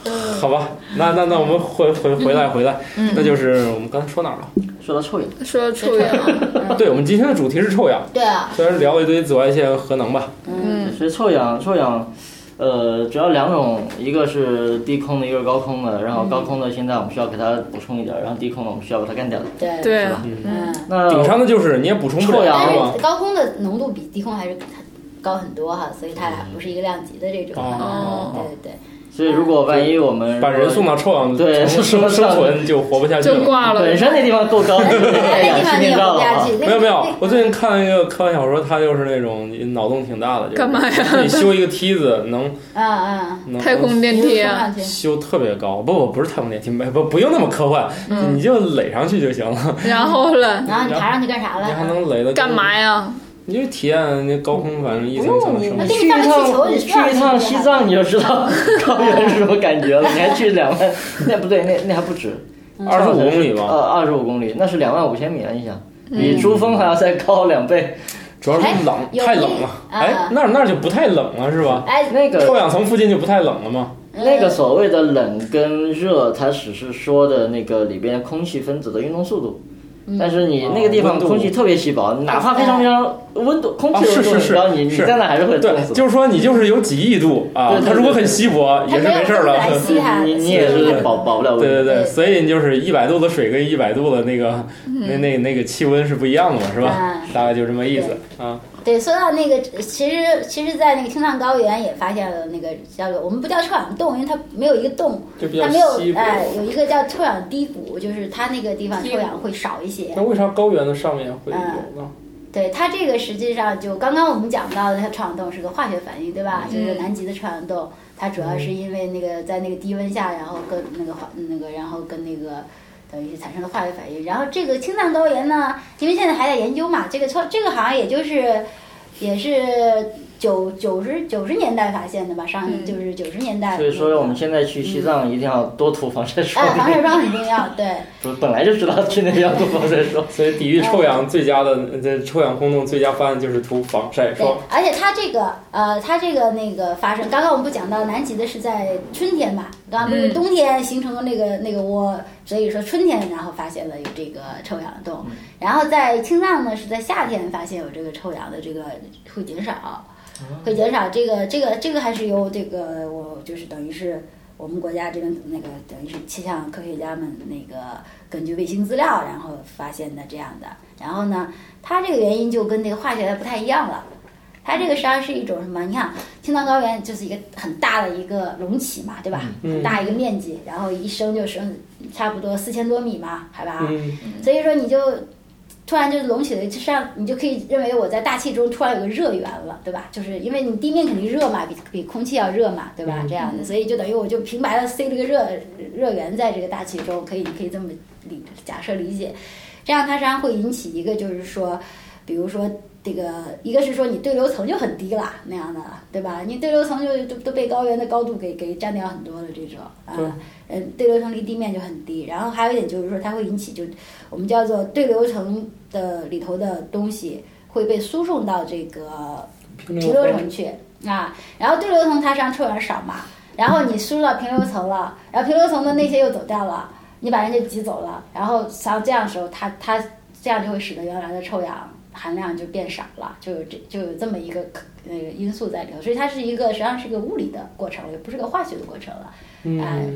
Speaker 10: 好吧，那那那我们回回回来回来，那就是我们刚才说哪儿了？
Speaker 8: 说到臭氧，
Speaker 7: 说出远了，
Speaker 10: 对，我们今天的主题是臭氧，
Speaker 9: 对啊，
Speaker 10: 虽然聊了一堆紫外线核能吧，
Speaker 7: 嗯
Speaker 8: 所以臭氧，臭氧，呃，主要两种，一个是低空的，一个是高空的。然后高空的现在我们需要给它补充一点，然后低空的我们需要把它干掉。
Speaker 9: 对，
Speaker 7: 对，
Speaker 9: 嗯，
Speaker 8: 那
Speaker 10: 顶上的就是你也补充不
Speaker 8: 臭
Speaker 10: 了
Speaker 8: 氧
Speaker 9: 但
Speaker 10: 了嘛
Speaker 9: 是。高空的浓度比低空还是高很多哈，所以它俩不是一个量级的这种，
Speaker 10: 哦
Speaker 9: 嗯对对对。
Speaker 8: 所以如果万一我们
Speaker 10: 把人送到臭氧
Speaker 8: 对
Speaker 10: 层生生存就活不下去
Speaker 7: 就
Speaker 10: 了。
Speaker 7: 挂了。
Speaker 8: 本身那地方够高， 太
Speaker 9: 那
Speaker 8: 氧
Speaker 9: 地
Speaker 8: 气
Speaker 9: 方你
Speaker 8: 面
Speaker 9: 也
Speaker 8: 罩了
Speaker 9: 活不下
Speaker 8: 啊
Speaker 9: 去。。那
Speaker 10: 没有没有
Speaker 9: 那，
Speaker 10: 我最近看了一个科幻小说，它就是那种脑洞挺大的，就是
Speaker 7: 干嘛呀
Speaker 10: 自己修一个梯子能
Speaker 9: 嗯嗯，
Speaker 10: 能
Speaker 7: 太空电
Speaker 9: 你
Speaker 7: 梯
Speaker 9: 就冲
Speaker 7: 啊，
Speaker 9: 上去，
Speaker 10: 修特别高，不不不是太空电梯，没不不用那么科幻，
Speaker 7: 嗯
Speaker 10: 你就垒上去就行了。
Speaker 7: 然后呢？
Speaker 9: 然后你爬上去干啥
Speaker 10: 你还
Speaker 9: 了？
Speaker 10: 能垒的
Speaker 7: 干嘛？呀？
Speaker 10: 你就体验那高空，反正一层一层的生
Speaker 9: 那
Speaker 10: 活。
Speaker 9: 给
Speaker 8: 去
Speaker 9: 你
Speaker 8: 一
Speaker 9: 放个气球，
Speaker 8: 趟，去一趟西藏
Speaker 9: 你
Speaker 8: 你就知 道高原是什么感觉了。你还去两万，那不对，那那还不止，
Speaker 10: 二十五公里
Speaker 8: 呃，
Speaker 10: 吧，
Speaker 8: 二十五公里，那是两万五千米啊！你想，
Speaker 9: 嗯
Speaker 8: 比珠峰还要再高两倍。
Speaker 10: 主要是冷，
Speaker 9: 哎
Speaker 10: 太冷了。
Speaker 9: 有
Speaker 10: 哎
Speaker 9: 啊啊，
Speaker 10: 那儿那儿就不太冷了是吧？
Speaker 9: 哎，
Speaker 8: 那个
Speaker 10: 臭氧层附近就不太冷了吗？
Speaker 8: 那个所谓的冷跟热，它只是说的那个里边空气分子的运动速度。但是你那个地
Speaker 10: 哦温
Speaker 8: 方
Speaker 10: 度
Speaker 8: 空气特别稀薄，哪怕非常非常温度，空气
Speaker 10: 啊
Speaker 8: 的温度
Speaker 10: 是是
Speaker 8: 很高，
Speaker 10: 是
Speaker 8: 你你
Speaker 10: 是
Speaker 8: 在那还是会冻
Speaker 10: 对，
Speaker 8: 死的。
Speaker 10: 就是说你就是有几亿度啊
Speaker 8: 对，对
Speaker 10: 它如果很稀薄
Speaker 9: 它
Speaker 10: 也是没事儿
Speaker 9: 没有空气来
Speaker 10: 了。
Speaker 9: 吸它，
Speaker 8: 你你也
Speaker 9: 吸它
Speaker 8: 是保保不了
Speaker 10: 对对
Speaker 8: 温。
Speaker 10: 对，
Speaker 9: 对
Speaker 10: 所以你就是一百度的水跟一百度的那个那那那个气温是不一样的嘛，是吧
Speaker 9: 嗯？
Speaker 10: 大概就这么意思啊。
Speaker 9: 对，说到那个，其实其实，在那个青藏高原也发现了那个叫做我们不叫臭氧洞，因为它没有一个洞，
Speaker 10: 就比较
Speaker 9: 它没有
Speaker 10: 稀薄
Speaker 9: 哎、有一个叫臭氧低谷，就是它那个地方臭氧会少一些
Speaker 10: 那。为啥高原的上面会有
Speaker 9: 嗯
Speaker 10: 呢？
Speaker 9: 对它这个实际上就刚刚我们讲到的，它臭氧洞是个化学反应，对吧？就是南极的臭氧洞，它主要是因为那个在那个低温下，然后跟那个化那个，然后跟那个。等于是产生了化学反应，然后这个青藏高原呢，因为现在还在研究嘛，这个臭这个好像也就是，也是九九十九十年代发现的吧，上
Speaker 7: 嗯
Speaker 9: 就是九十年代。
Speaker 8: 所以说，我们现在去西藏一定要多涂防晒霜
Speaker 9: 哎，，防晒霜很重要，对。
Speaker 8: 不 是本来就知道去那边要涂防晒霜。
Speaker 10: 所以抵御臭
Speaker 9: 嗯
Speaker 10: 氧最佳的，这臭氧空洞最佳方案就是涂防晒
Speaker 9: 对
Speaker 10: 霜。，
Speaker 9: 而且它这个呃，它这个那个发生，刚刚我们不讲到南极的是在春天吧？刚刚不是
Speaker 7: 嗯
Speaker 9: 冬天形成了那个那个窝，所以说春天然后发现了有这个臭氧洞，然后在青藏呢是在夏天发现有这个臭氧的这个会减少，会减少这个这个这个还是由这个我就是等于是。我们国家这边那个等于是气象科学家们那个根据卫星资料，然后发现的这样的。然后呢，它这个原因就跟那个化学的不太一样了。它这个实际上是一种什么？你看，青藏高原就是一个很大的一个隆起嘛，对吧？很大一个面积，然后一升就升差不多四千多米嘛，海拔。
Speaker 10: 嗯，
Speaker 9: 所以说你就突然就隆起了，就像你就可以认为我在大气中突然有个热源了，对吧？就是因为你地面肯定热嘛，比比空气要热嘛，对吧？这样的，所以就等于我就平白的塞了个热热源在这个大气中，可以可以这么理假设理解，这样它实际上会引起一个就是说，比如说。这个一个是说你对流层就很低啦，那样的，对吧？你对流层就都都被高原的高度给给占掉很多了，这种啊，嗯，对流层离地面就很低。然后还有一点就是说，它会引起就我们叫做对流层的里头的东西会被输送到这个平流层去啊。然后对流层它实际上臭氧少嘛，然后你输入到平流层了，然后平流层的那些又走掉了，你把人家挤走了，然后像这样的时候，它它这样就会使得原来的臭氧。含量就变少了，就有这就有这么一个那个因素在里头，所以它是一个实际上是一个物理的过程，也不是个化学的过程了，啊、嗯呃，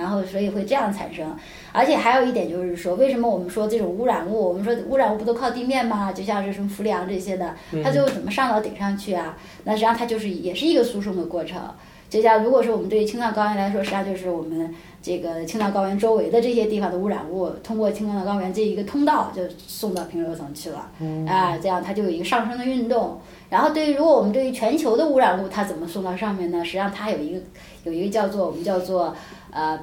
Speaker 9: 然后所以会这样产生。而且还有一点就是说，为什么我们说这种污染物，我们说污染物不都靠地面吗？就像是什么氟利昂这些的，
Speaker 10: 嗯
Speaker 9: 它最后怎么上到顶上去啊？那实际上它就是也是一个输送的过程。就像如果说我们对于青藏高原来说，实际上就是我们这个青藏高原周围的这些地方的污染物，通过青藏高原这一个通道就送到平流层去了，啊，这样它就有一个上升的运动。然后对于如果我们对于全球的污染物，它怎么送到上面呢？实际上它有一个有一个叫做我们叫做呃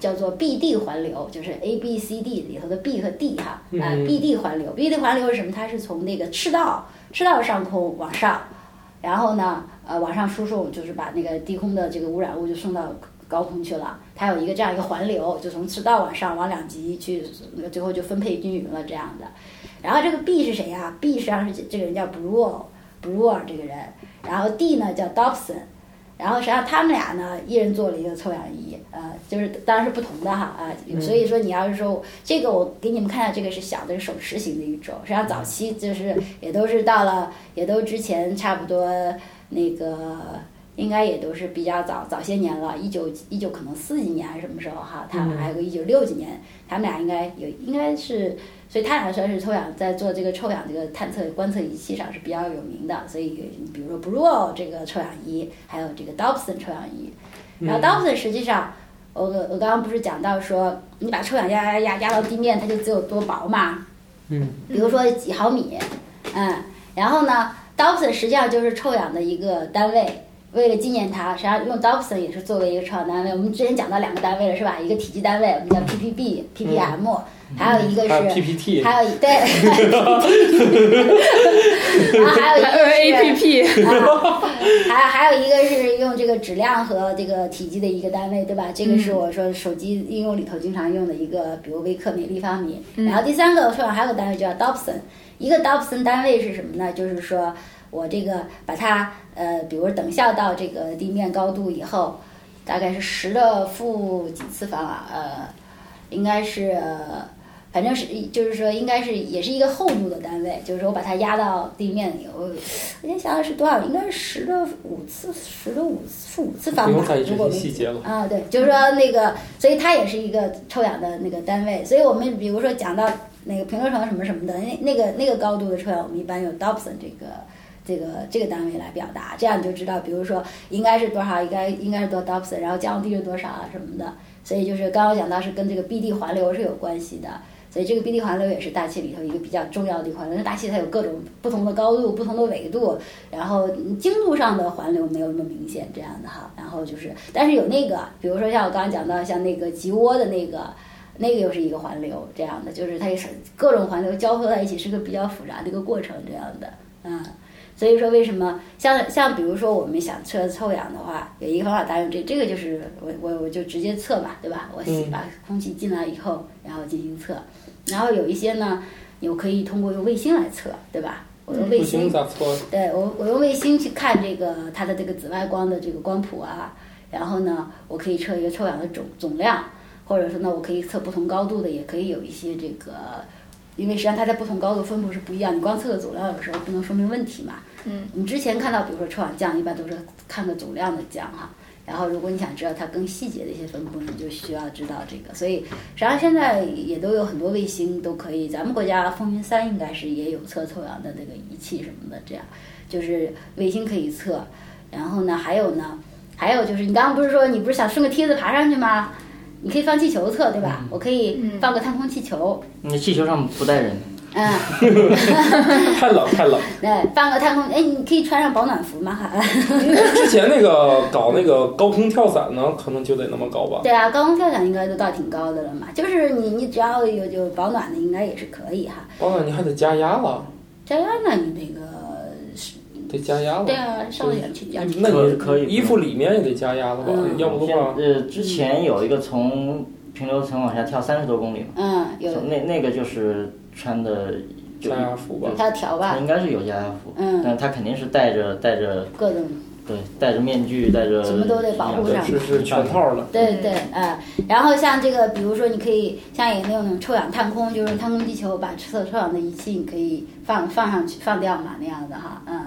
Speaker 9: 叫做 B D 环流，就是 A B C D 里头的 B 和 D 哈啊 B D 环流，B D 环流是什么？它是从那个赤道赤道上空往上，然后呢？呃，往上输送就是把那个低空的这个污染物就送到高空去了，它有一个这样一个环流，就从赤道往上往两极去，最后就分配均匀了这样的。然后这个 B 是谁呀、啊、？B 实际上是这个人叫 Brewer，Brewer 这个人，然后 D 呢叫 Dobson，然后实际上他们俩呢一人做了一个臭氧仪，呃，就是当然是不同的哈啊、呃，所以说你要是说这个我给你们看下，这个是小的手持型的一种，实际上早期就是也都是到了也都之前差不多。那个应该也都是比较早早些年了，一九一九可能四几年还是什么时候哈，他们还有个一九六几年，他们俩应该有应该是，所以他俩算是臭氧在做这个臭氧这个探测观测仪器上是比较有名的，所以比如说 Brewer 这个臭氧仪，还有这个 Dobson 臭氧仪，然后 Dobson 实际上。我我刚刚不是讲到说，你把臭氧压压压压到地面，它就只有多薄嘛，
Speaker 10: 嗯，
Speaker 9: 比如说几毫米，嗯，然后呢？Dobson 实际上就是臭氧的一个单位，为了纪念它，实际上用 Dobson 也是作为一个臭氧单位。我们之前讲到两个单位了，是吧？一个体积单位，我们叫 ppb、ppm，、嗯、还有一个是、
Speaker 10: 啊、ppt，
Speaker 9: 还有对， 然后还有一个是 app，还、啊、还有一个是用这个质量和这个体积的一个单位，对吧？这个是我说手机应用里头经常用的一个，比如微克每立方米。嗯、然后第三个臭氧还有个单位叫 Dobson。一个 Dobson 单位是什么呢？就是说我这个把它呃，比如等效到这个地面高度以后，大概是十的负几次方啊，呃，应该是，呃、反正是就是说应该是也是一个厚度的单位，就是说我把它压到地面里，我我先想想是多少，应该是十的五次，十的五负五次方吧。如果
Speaker 10: 细节了
Speaker 9: 啊，对，就是说那个，所以它也是一个臭氧的那个单位，所以我们比如说讲到。那个平流层什么什么的，那那个那个高度的臭氧，我们一般用 Dobson 这个这个这个单位来表达，这样你就知道，比如说应该是多少，应该应该是多 Dobson，然后降低是多少啊什么的。所以就是刚刚讲到是跟这个 BD 环流是有关系的，所以这个 BD 环流也是大气里头一个比较重要的环流。因为大气它有各种不同的高度、不同的纬度，然后经度上的环流没有那么明显这样的哈。然后就是，但是有那个，比如说像我刚刚讲到像那个极涡的那个。那个又是一个环流，这样的就是它也是各种环流交合在一起，是个比较复杂的一个过程，这样的，嗯，所以说为什么像像比如说我们想测臭氧的话，有一个方法，当然这这个就是我我我就直接测嘛，对吧？我把空气进来以后，然后进行测，然后有一些呢，我可以通过用卫星来测，对吧？我
Speaker 10: 嗯
Speaker 9: 用卫星，对我我用卫星去看这个它的这个紫外光的这个光谱啊，然后呢，我可以测一个臭氧的总总量。或者说呢，我可以测不同高度的，也可以有一些这个，因为实际上它在不同高度分布是不一样。你光测个总量有时候不能说明问题嘛。
Speaker 7: 嗯。
Speaker 9: 你之前看到，比如说臭氧降，一般都是看个总量的降哈。然后，如果你想知道它更细节的一些分布，你就需要知道这个。所以，实际上现在也都有很多卫星都可以。咱们国家风云三应该是也有测臭氧的那个仪器什么的，这样就是卫星可以测。然后呢，还有呢，还有就是你刚刚不是说你不是想顺个梯子爬上去吗？你可以放气球测，对吧？我可以放个探空气球。
Speaker 8: 你气球上不带人，
Speaker 9: 嗯，
Speaker 10: 太冷太 冷。
Speaker 9: 对，放个太空，哎，你可以穿上保暖服，蛮好的。
Speaker 10: 之前那个搞那个高空跳伞呢，可能就得那么高吧。
Speaker 9: 对啊，高空跳伞应该都到挺高的了嘛，就是你你只要有有保暖的，应该也是可以哈。
Speaker 10: 保暖你还得加压了，
Speaker 9: 加压那你那个。
Speaker 10: 得加压了。
Speaker 9: 对啊，上了氧气氧气。
Speaker 10: 那
Speaker 8: 可
Speaker 10: 你
Speaker 8: 可以
Speaker 10: 衣服里面也得加压了吧？
Speaker 9: 嗯
Speaker 10: 要不的话，
Speaker 8: 呃，之前有一个从平流层往下跳三十多公里嘛，
Speaker 9: 嗯，有
Speaker 8: 那那个就是穿的就
Speaker 10: 加压服吧。
Speaker 9: 它要
Speaker 8: 他
Speaker 9: 调吧，
Speaker 8: 应该是有加压服，
Speaker 9: 嗯
Speaker 8: 但他肯定是戴着戴着
Speaker 9: 各种
Speaker 8: 对戴着面具戴着
Speaker 9: 什么都得保护上
Speaker 10: 是是全套的。
Speaker 9: 对对啊、然后像这个，比如说你可以像有那种抽氧探空，就是探空地球把抽抽氧的仪器你可以放放上去放掉嘛那样子哈，嗯，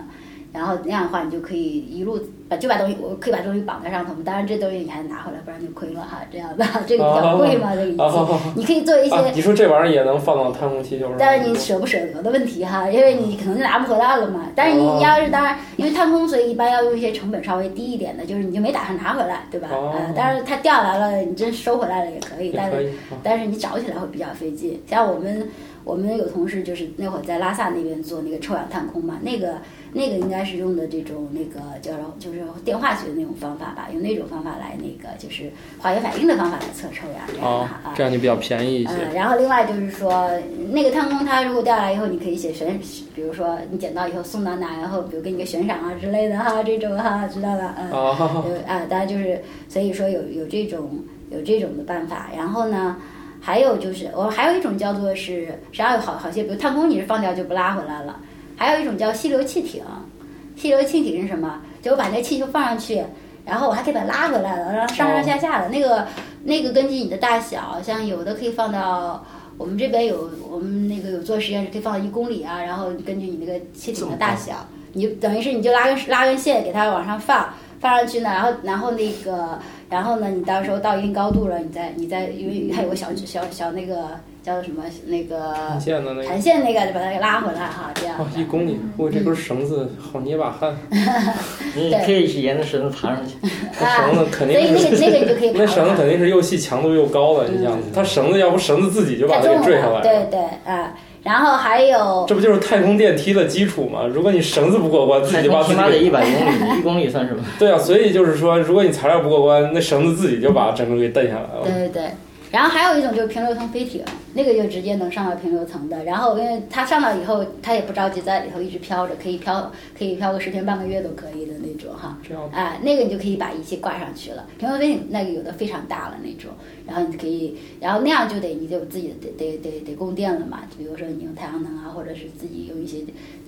Speaker 9: 然后那样的话你就可以一路把就把东西我可以把东西绑在上头嘛，当然这东西你还得拿回来，不然就亏了哈，这样的这个比较贵嘛、这个仪器，
Speaker 10: 啊好好好
Speaker 9: 你可以做嗯一些。
Speaker 10: 啊，你说这玩意儿也能放到太空气球上？
Speaker 9: 但是你舍不舍得的问题哈，因为你可能就拿不回来了嘛。但是你
Speaker 10: 哦
Speaker 9: 要是当然，因为探空，所以一般要用一些成本稍微低一点的，就是你就没打算拿回来，对吧？
Speaker 10: 哦
Speaker 9: 呃，当然它掉下来了，你真收回来了也可以，
Speaker 10: 也
Speaker 9: 但
Speaker 10: 可
Speaker 9: 是
Speaker 10: 以。啊
Speaker 9: 但是你找起来会比较费劲。像我们我们有同事就是那会儿在拉萨那边做那个臭氧探空嘛，那个那个应该是用的这种那个叫什么就是电化学的那种方法吧，用那种方法来那个就是化学反应的方法来测臭氧这样的哈啊。
Speaker 1: 这样就比较便宜一些。
Speaker 9: 嗯，然后另外就是说，那个探空它如果掉下来以后，你可以写悬，比如说你捡到以后送到哪，然后比如给你个悬赏啊之类的哈，这种哈，知道了，嗯，
Speaker 10: 啊哈
Speaker 11: 哦
Speaker 10: 哈
Speaker 9: 有啊，大家就是所以说有有这种有这种的办法，然后呢，还有就是我、还有一种叫做是，实际上有好好些，比如探空你是放掉就不拉回来了，还有一种叫吸流气艇，吸流气艇是什么？就我把那气球放上去，然后我还可以把它拉回来了，然后上上下下的、那个那个根据你的大小，像有的可以放到。我们这边有，我们那个有做实验是可以放到一公里啊，然后根据你那个气
Speaker 11: 这
Speaker 9: 艇
Speaker 11: 么
Speaker 9: 的
Speaker 11: 大
Speaker 9: 大小，你就等于是你就拉根拉根线给它往上放，放上去呢，然后然后那个，然后呢，你到时候到一定高度了，你再你再因为它有个小小小那个叫做什么那个
Speaker 10: 看见的那个
Speaker 9: 弹线那个，就把它给拉回来哈，这样
Speaker 10: 啊，嗯 一公里，
Speaker 9: 嗯
Speaker 10: 我这根绳子好捏把汗，
Speaker 8: 你
Speaker 9: 对
Speaker 8: 可以沿着绳子爬上去，
Speaker 9: 啊
Speaker 10: 绳，子肯
Speaker 9: 所
Speaker 10: 定
Speaker 9: 以那个
Speaker 10: 是
Speaker 9: 那个你就可以
Speaker 10: 那绳子
Speaker 9: 爬了
Speaker 10: 肯定是又细强度又高的，你想，它绳子要不绳子自己就把
Speaker 9: 嗯太
Speaker 10: 它
Speaker 9: 重
Speaker 10: 给坠下来
Speaker 9: 了，对对啊，然后还有
Speaker 10: 这不就是太空电梯的基础吗？如果你绳子不过关，自
Speaker 8: 太
Speaker 10: 己把
Speaker 8: 空
Speaker 10: 自
Speaker 8: 起
Speaker 10: 己
Speaker 8: 码得
Speaker 10: 给
Speaker 8: 一百公里，一公里算 什么？
Speaker 10: 对啊，所以就是说，如果你材料不过关，那绳子自己就把整个给蹬下来了。
Speaker 9: 对对对。然后还有一种就是平流层飞艇，那个就直接能上到平流层的。然后因为它上到以后，它也不着急，在里头一直飘着，可以飘，可以飘个十天半个月都可以的那种哈。
Speaker 10: 这样
Speaker 9: 啊，那个你就可以把仪器挂上去了。平流飞艇那个有的非常大了那种，然后你可以，然后那样就得你就自己得得得得供电了嘛。比如说你用太阳能啊，或者是自己用一些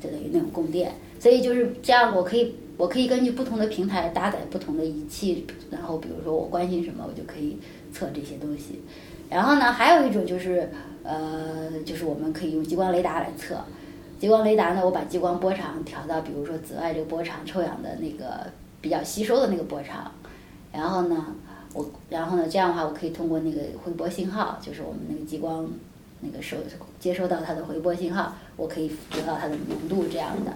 Speaker 9: 就等于那种供电。所以就是这样，我可以我可以根据不同的平台搭载不同的仪器，然后比如说我关心什么，我就可以测这些东西。然后呢，还有一种就是呃，就是我们可以用激光雷达来测。激光雷达呢，我把激光波长调到，比如说紫外这个波长，臭氧的那个比较吸收的那个波长，然后呢，我然后呢，这样的话，我可以通过那个回波信号，就是我们那个激光那个收接收到它的回波信号，我可以得到它的浓度这样的。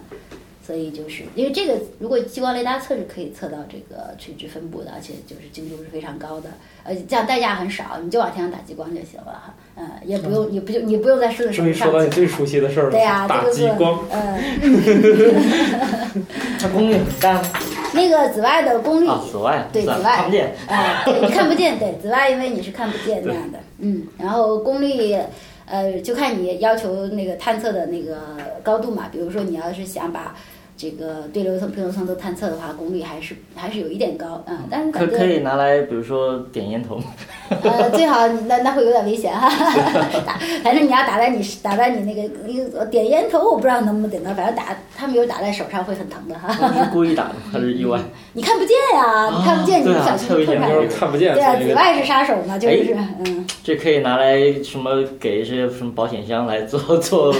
Speaker 9: 所以就是因为这个，如果激光雷达测是可以测到这个垂直分布的，而且就是精度是非常高的，而且这样代价很少，你就往天上打激光就行了哈，嗯，也不用你不就你不用在狮子
Speaker 10: 终于
Speaker 9: 身上
Speaker 10: 说到你最熟悉的事儿了，
Speaker 9: 对啊呀、这
Speaker 10: 打
Speaker 9: 个
Speaker 10: 激
Speaker 9: 是
Speaker 10: 光。
Speaker 9: 嗯，
Speaker 8: 它功率很大吗？
Speaker 9: 那个紫外的功率，
Speaker 8: 啊，紫外，
Speaker 9: 嗯对
Speaker 8: 紫
Speaker 9: 紫外
Speaker 8: 看不见。
Speaker 9: 啊，对，你看不见，对，紫外因为你是看不见那样的，嗯，然后功率，呃，就看你要求那个探测的那个高度嘛，比如说你要是想把。这个对流层、平流层都探测的话，功率还是还是有一点高，嗯，但是
Speaker 8: 可
Speaker 9: 感觉
Speaker 8: 可以拿来，比如说点烟头，
Speaker 9: 呃，最好那那会有点危险哈、 打反正你要打在你打在你那个一个点烟头，我不知道能不能点到，反正打他们有打在手上会很疼的哈、
Speaker 8: 是故意打的 还是意外？
Speaker 9: 你看不见呀，你看不见，你
Speaker 8: 对
Speaker 9: 不
Speaker 8: 啊
Speaker 9: 小心
Speaker 8: 特
Speaker 9: 就
Speaker 8: 别
Speaker 9: 碰
Speaker 8: 严
Speaker 9: 上
Speaker 8: 重
Speaker 10: 就
Speaker 9: 了
Speaker 10: 是。看不见，
Speaker 9: 对啊，
Speaker 10: 所以
Speaker 9: 紫外是杀手嘛，就是嗯，
Speaker 8: 这可以拿来什么给一些什么保险箱来做做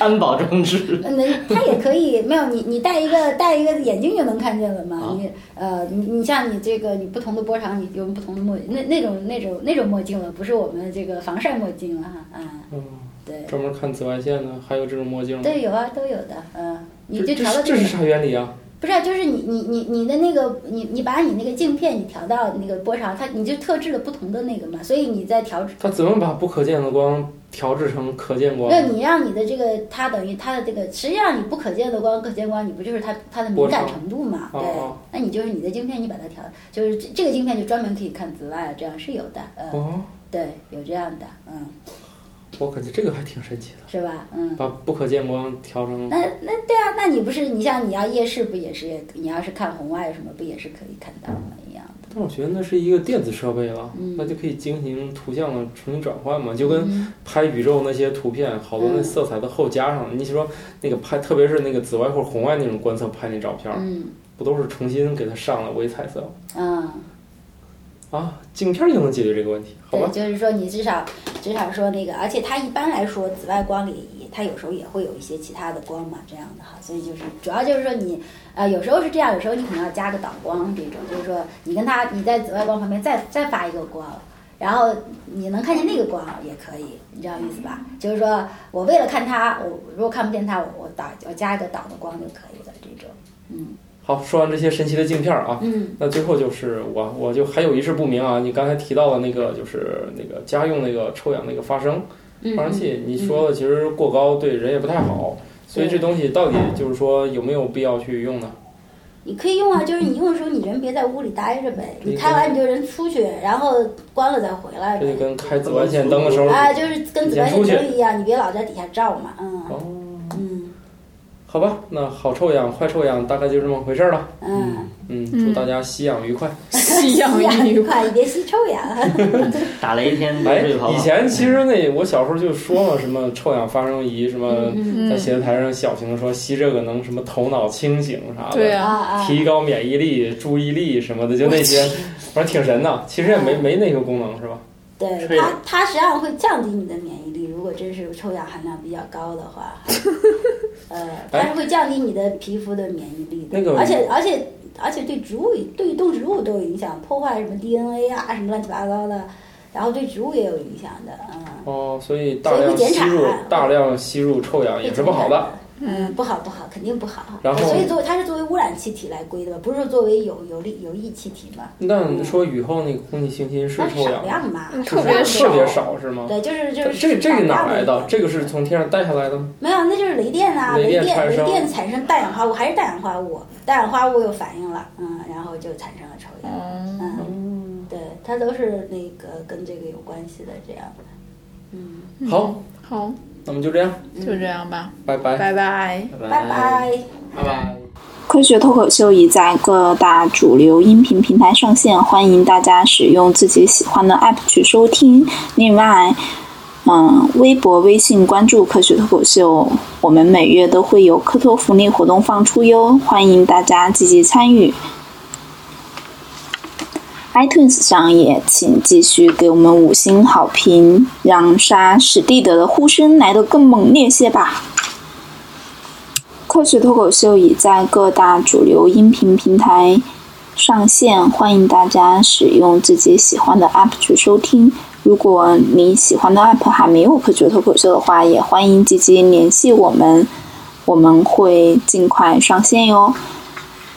Speaker 8: 安保装置。
Speaker 9: 那它也可以 没有你，你戴一个戴一个眼镜就能看见了嘛
Speaker 8: 啊。
Speaker 9: 你呃，你你像你这个你不同的波长，你用不同的墨那那种那种那种墨镜了，不是我们这个防晒墨镜了哈啊，
Speaker 10: 嗯
Speaker 9: 对
Speaker 10: 专门看紫外线的，还有这种墨镜吗。
Speaker 9: 对，有啊，都有的，嗯，你就
Speaker 10: 这
Speaker 9: 调到
Speaker 10: 这
Speaker 9: 这
Speaker 10: 是
Speaker 9: 个
Speaker 10: 啥原理啊？
Speaker 9: 不是啊，就是你你你你的那个你你把你那个镜片你调到那个波长，它你就特制了不同的那个嘛，所以你在调，
Speaker 10: 它怎么把不可见的光调制成可见光？
Speaker 9: 那你让你的这个它等于它的这个，实际上你不可见的光、可见光，你不就是它它的敏感程度嘛？
Speaker 10: 波
Speaker 9: 对
Speaker 10: 长哦哦，
Speaker 9: 那你就是你的镜片，你把它调，就是这这个镜片就专门可以看紫外，啊这样是有的，嗯，
Speaker 10: 哦，
Speaker 9: 对，有这样的，嗯，
Speaker 10: 我感觉这个还挺神奇的，
Speaker 9: 是吧？嗯。
Speaker 10: 把不可见光调成
Speaker 9: 那那对啊，那你不是你像你要夜视不也是也你要是看红外什么不也是可以看到吗？一样的。
Speaker 10: 但我觉得那是一个电子设备了，
Speaker 9: 嗯
Speaker 10: 那就可以进行图像的重新转换嘛，就跟
Speaker 9: 嗯
Speaker 10: 拍宇宙那些图片，好多那
Speaker 9: 嗯
Speaker 10: 色彩都后加上。你说那个拍，特别是那个紫外或者红外那种观测拍那照片，
Speaker 9: 嗯
Speaker 10: 不都是重新给它上了微彩色吗
Speaker 9: 嗯，
Speaker 10: 啊？镜片就能解决这个问题，好
Speaker 9: 对，
Speaker 10: 吧？
Speaker 9: 就是说你至少至少说那个，而且它一般来说紫外光里也它有时候也会有一些其他的光嘛，这样的哈，所以就是主要就是说你呃有时候是这样，有时候你可能要加个导光这种，就是说你跟它你在紫外光旁边再再发一个光。然后你能看见那个光也可以，你知道意思吧？就是说我为了看它，我如果看不见它，我我导我加一个导的光就可以了，这种，嗯
Speaker 10: 好，说完这些神奇的镜片啊，
Speaker 9: 嗯
Speaker 10: 那最后就是我，我就还有一事不明啊。你刚才提到了那个，就是那个家用那个臭氧那个发声
Speaker 9: 嗯
Speaker 10: 发生器，你说的其实过高对人也不太好，所以这东西到底就是说有没有必要去用呢？
Speaker 9: 你可以用啊，就是你用的时候，你人别在屋里待着呗，
Speaker 10: 你
Speaker 9: 你开完你就人出去，然后关了再回来
Speaker 10: 这就
Speaker 9: 呗。
Speaker 10: 跟开紫外线灯的时候，
Speaker 9: 啊，就是跟紫外
Speaker 10: 你
Speaker 9: 线
Speaker 10: 先出
Speaker 9: 灯一样，啊你别老在底下照嘛，嗯
Speaker 10: 哦，
Speaker 9: 嗯
Speaker 10: 好吧，那好臭氧、坏臭氧大概就这么回事儿了。
Speaker 9: 嗯，
Speaker 10: 嗯，
Speaker 7: 嗯
Speaker 10: 祝大家吸氧愉快。
Speaker 7: 吸氧
Speaker 9: 呀，
Speaker 7: 愉
Speaker 9: 你
Speaker 7: 快。
Speaker 9: 快，你别吸臭氧。
Speaker 8: 打了一天
Speaker 10: 哎
Speaker 8: 流水，跑
Speaker 10: 以前其实那我小时候就说嘛，什么臭氧发生仪，什
Speaker 7: 嗯
Speaker 10: 么在写字台上小型的说吸这个能什么头脑清醒啥的。
Speaker 7: 对
Speaker 9: 啊
Speaker 7: 啊，
Speaker 9: 啊，
Speaker 10: 提高免疫力、注意力什么的，就那些，反正挺神的。其实也没
Speaker 9: 嗯
Speaker 10: 没那个功能是吧？
Speaker 9: 对
Speaker 8: 吹
Speaker 9: 它，它实际上会降低你的免疫力。如果真是臭氧含量比较高的话， 呃，它是会降低你的皮肤的免疫力的。
Speaker 10: 哎那个
Speaker 9: 而且而且而且对植物也对动植物都有影响，破坏什么 DNA 啊，什么乱七八糟的，然后对植物也有影响的，嗯，
Speaker 10: 哦，所以大量
Speaker 9: 所以会减
Speaker 10: 吸
Speaker 9: 产
Speaker 10: 入大量吸入臭氧也是不好的。
Speaker 9: 嗯，不好不好，肯定不好。
Speaker 10: 然后
Speaker 9: 所以作为它是作为污染气体来归的吧，不是说作为有有利有益气体嘛，
Speaker 10: 那你说雨后那个空气清新是
Speaker 9: 它是
Speaker 10: 臭
Speaker 9: 少
Speaker 10: 氧吗，
Speaker 9: 量嘛，
Speaker 7: 嗯
Speaker 10: 就
Speaker 7: 啊特别
Speaker 10: 是特别
Speaker 7: 少
Speaker 10: 少是吗？
Speaker 9: 对，就是就是
Speaker 10: 这这个哪来的？这个
Speaker 9: 少
Speaker 10: 是
Speaker 9: 量
Speaker 10: 从天上带下来的吗？
Speaker 9: 没有，那就是雷电啊，
Speaker 10: 雷
Speaker 9: 雷
Speaker 10: 电产
Speaker 9: 雷
Speaker 10: 生
Speaker 9: 电产生氮氧化物，还是氮氧化物，氮氧化物有反应了，嗯，然后就产生了臭氧，嗯，对，它都是那个跟这个有关系的，这样的，嗯，
Speaker 10: 好，
Speaker 7: 好，
Speaker 10: 那么就这样，
Speaker 7: 就这样吧，
Speaker 10: 拜拜。
Speaker 7: 嗯拜拜。
Speaker 9: 拜拜。
Speaker 8: 拜拜。
Speaker 4: 科学脱口秀已在各大主流音频平台上线，欢迎大家使用自己喜欢的 app 去收听。另外，嗯，微博、微信关注科学脱口秀，我们每月都会有科托福利活动放出哟，欢迎大家积极参与。iTunes 上也请继续给我们五星好评，让杀史蒂德的呼声来得更猛烈些吧。科学脱口秀已在各大主流音频平台上线，欢迎大家使用自己喜欢的 app 去收听。如果你喜欢的 app 还没有科学脱口秀的话，也欢迎积极联系我们，我们会尽快上线哟。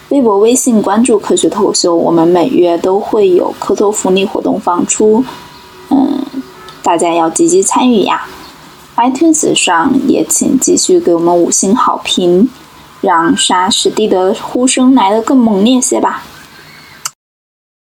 Speaker 4: 微博、微信关注科学脱口秀，我们每月都会有科托福利活动放出，嗯，大家要积极参与呀。iTunes 上也请继续给我们五星好评，让沙士蒂的呼声来得更猛烈些吧。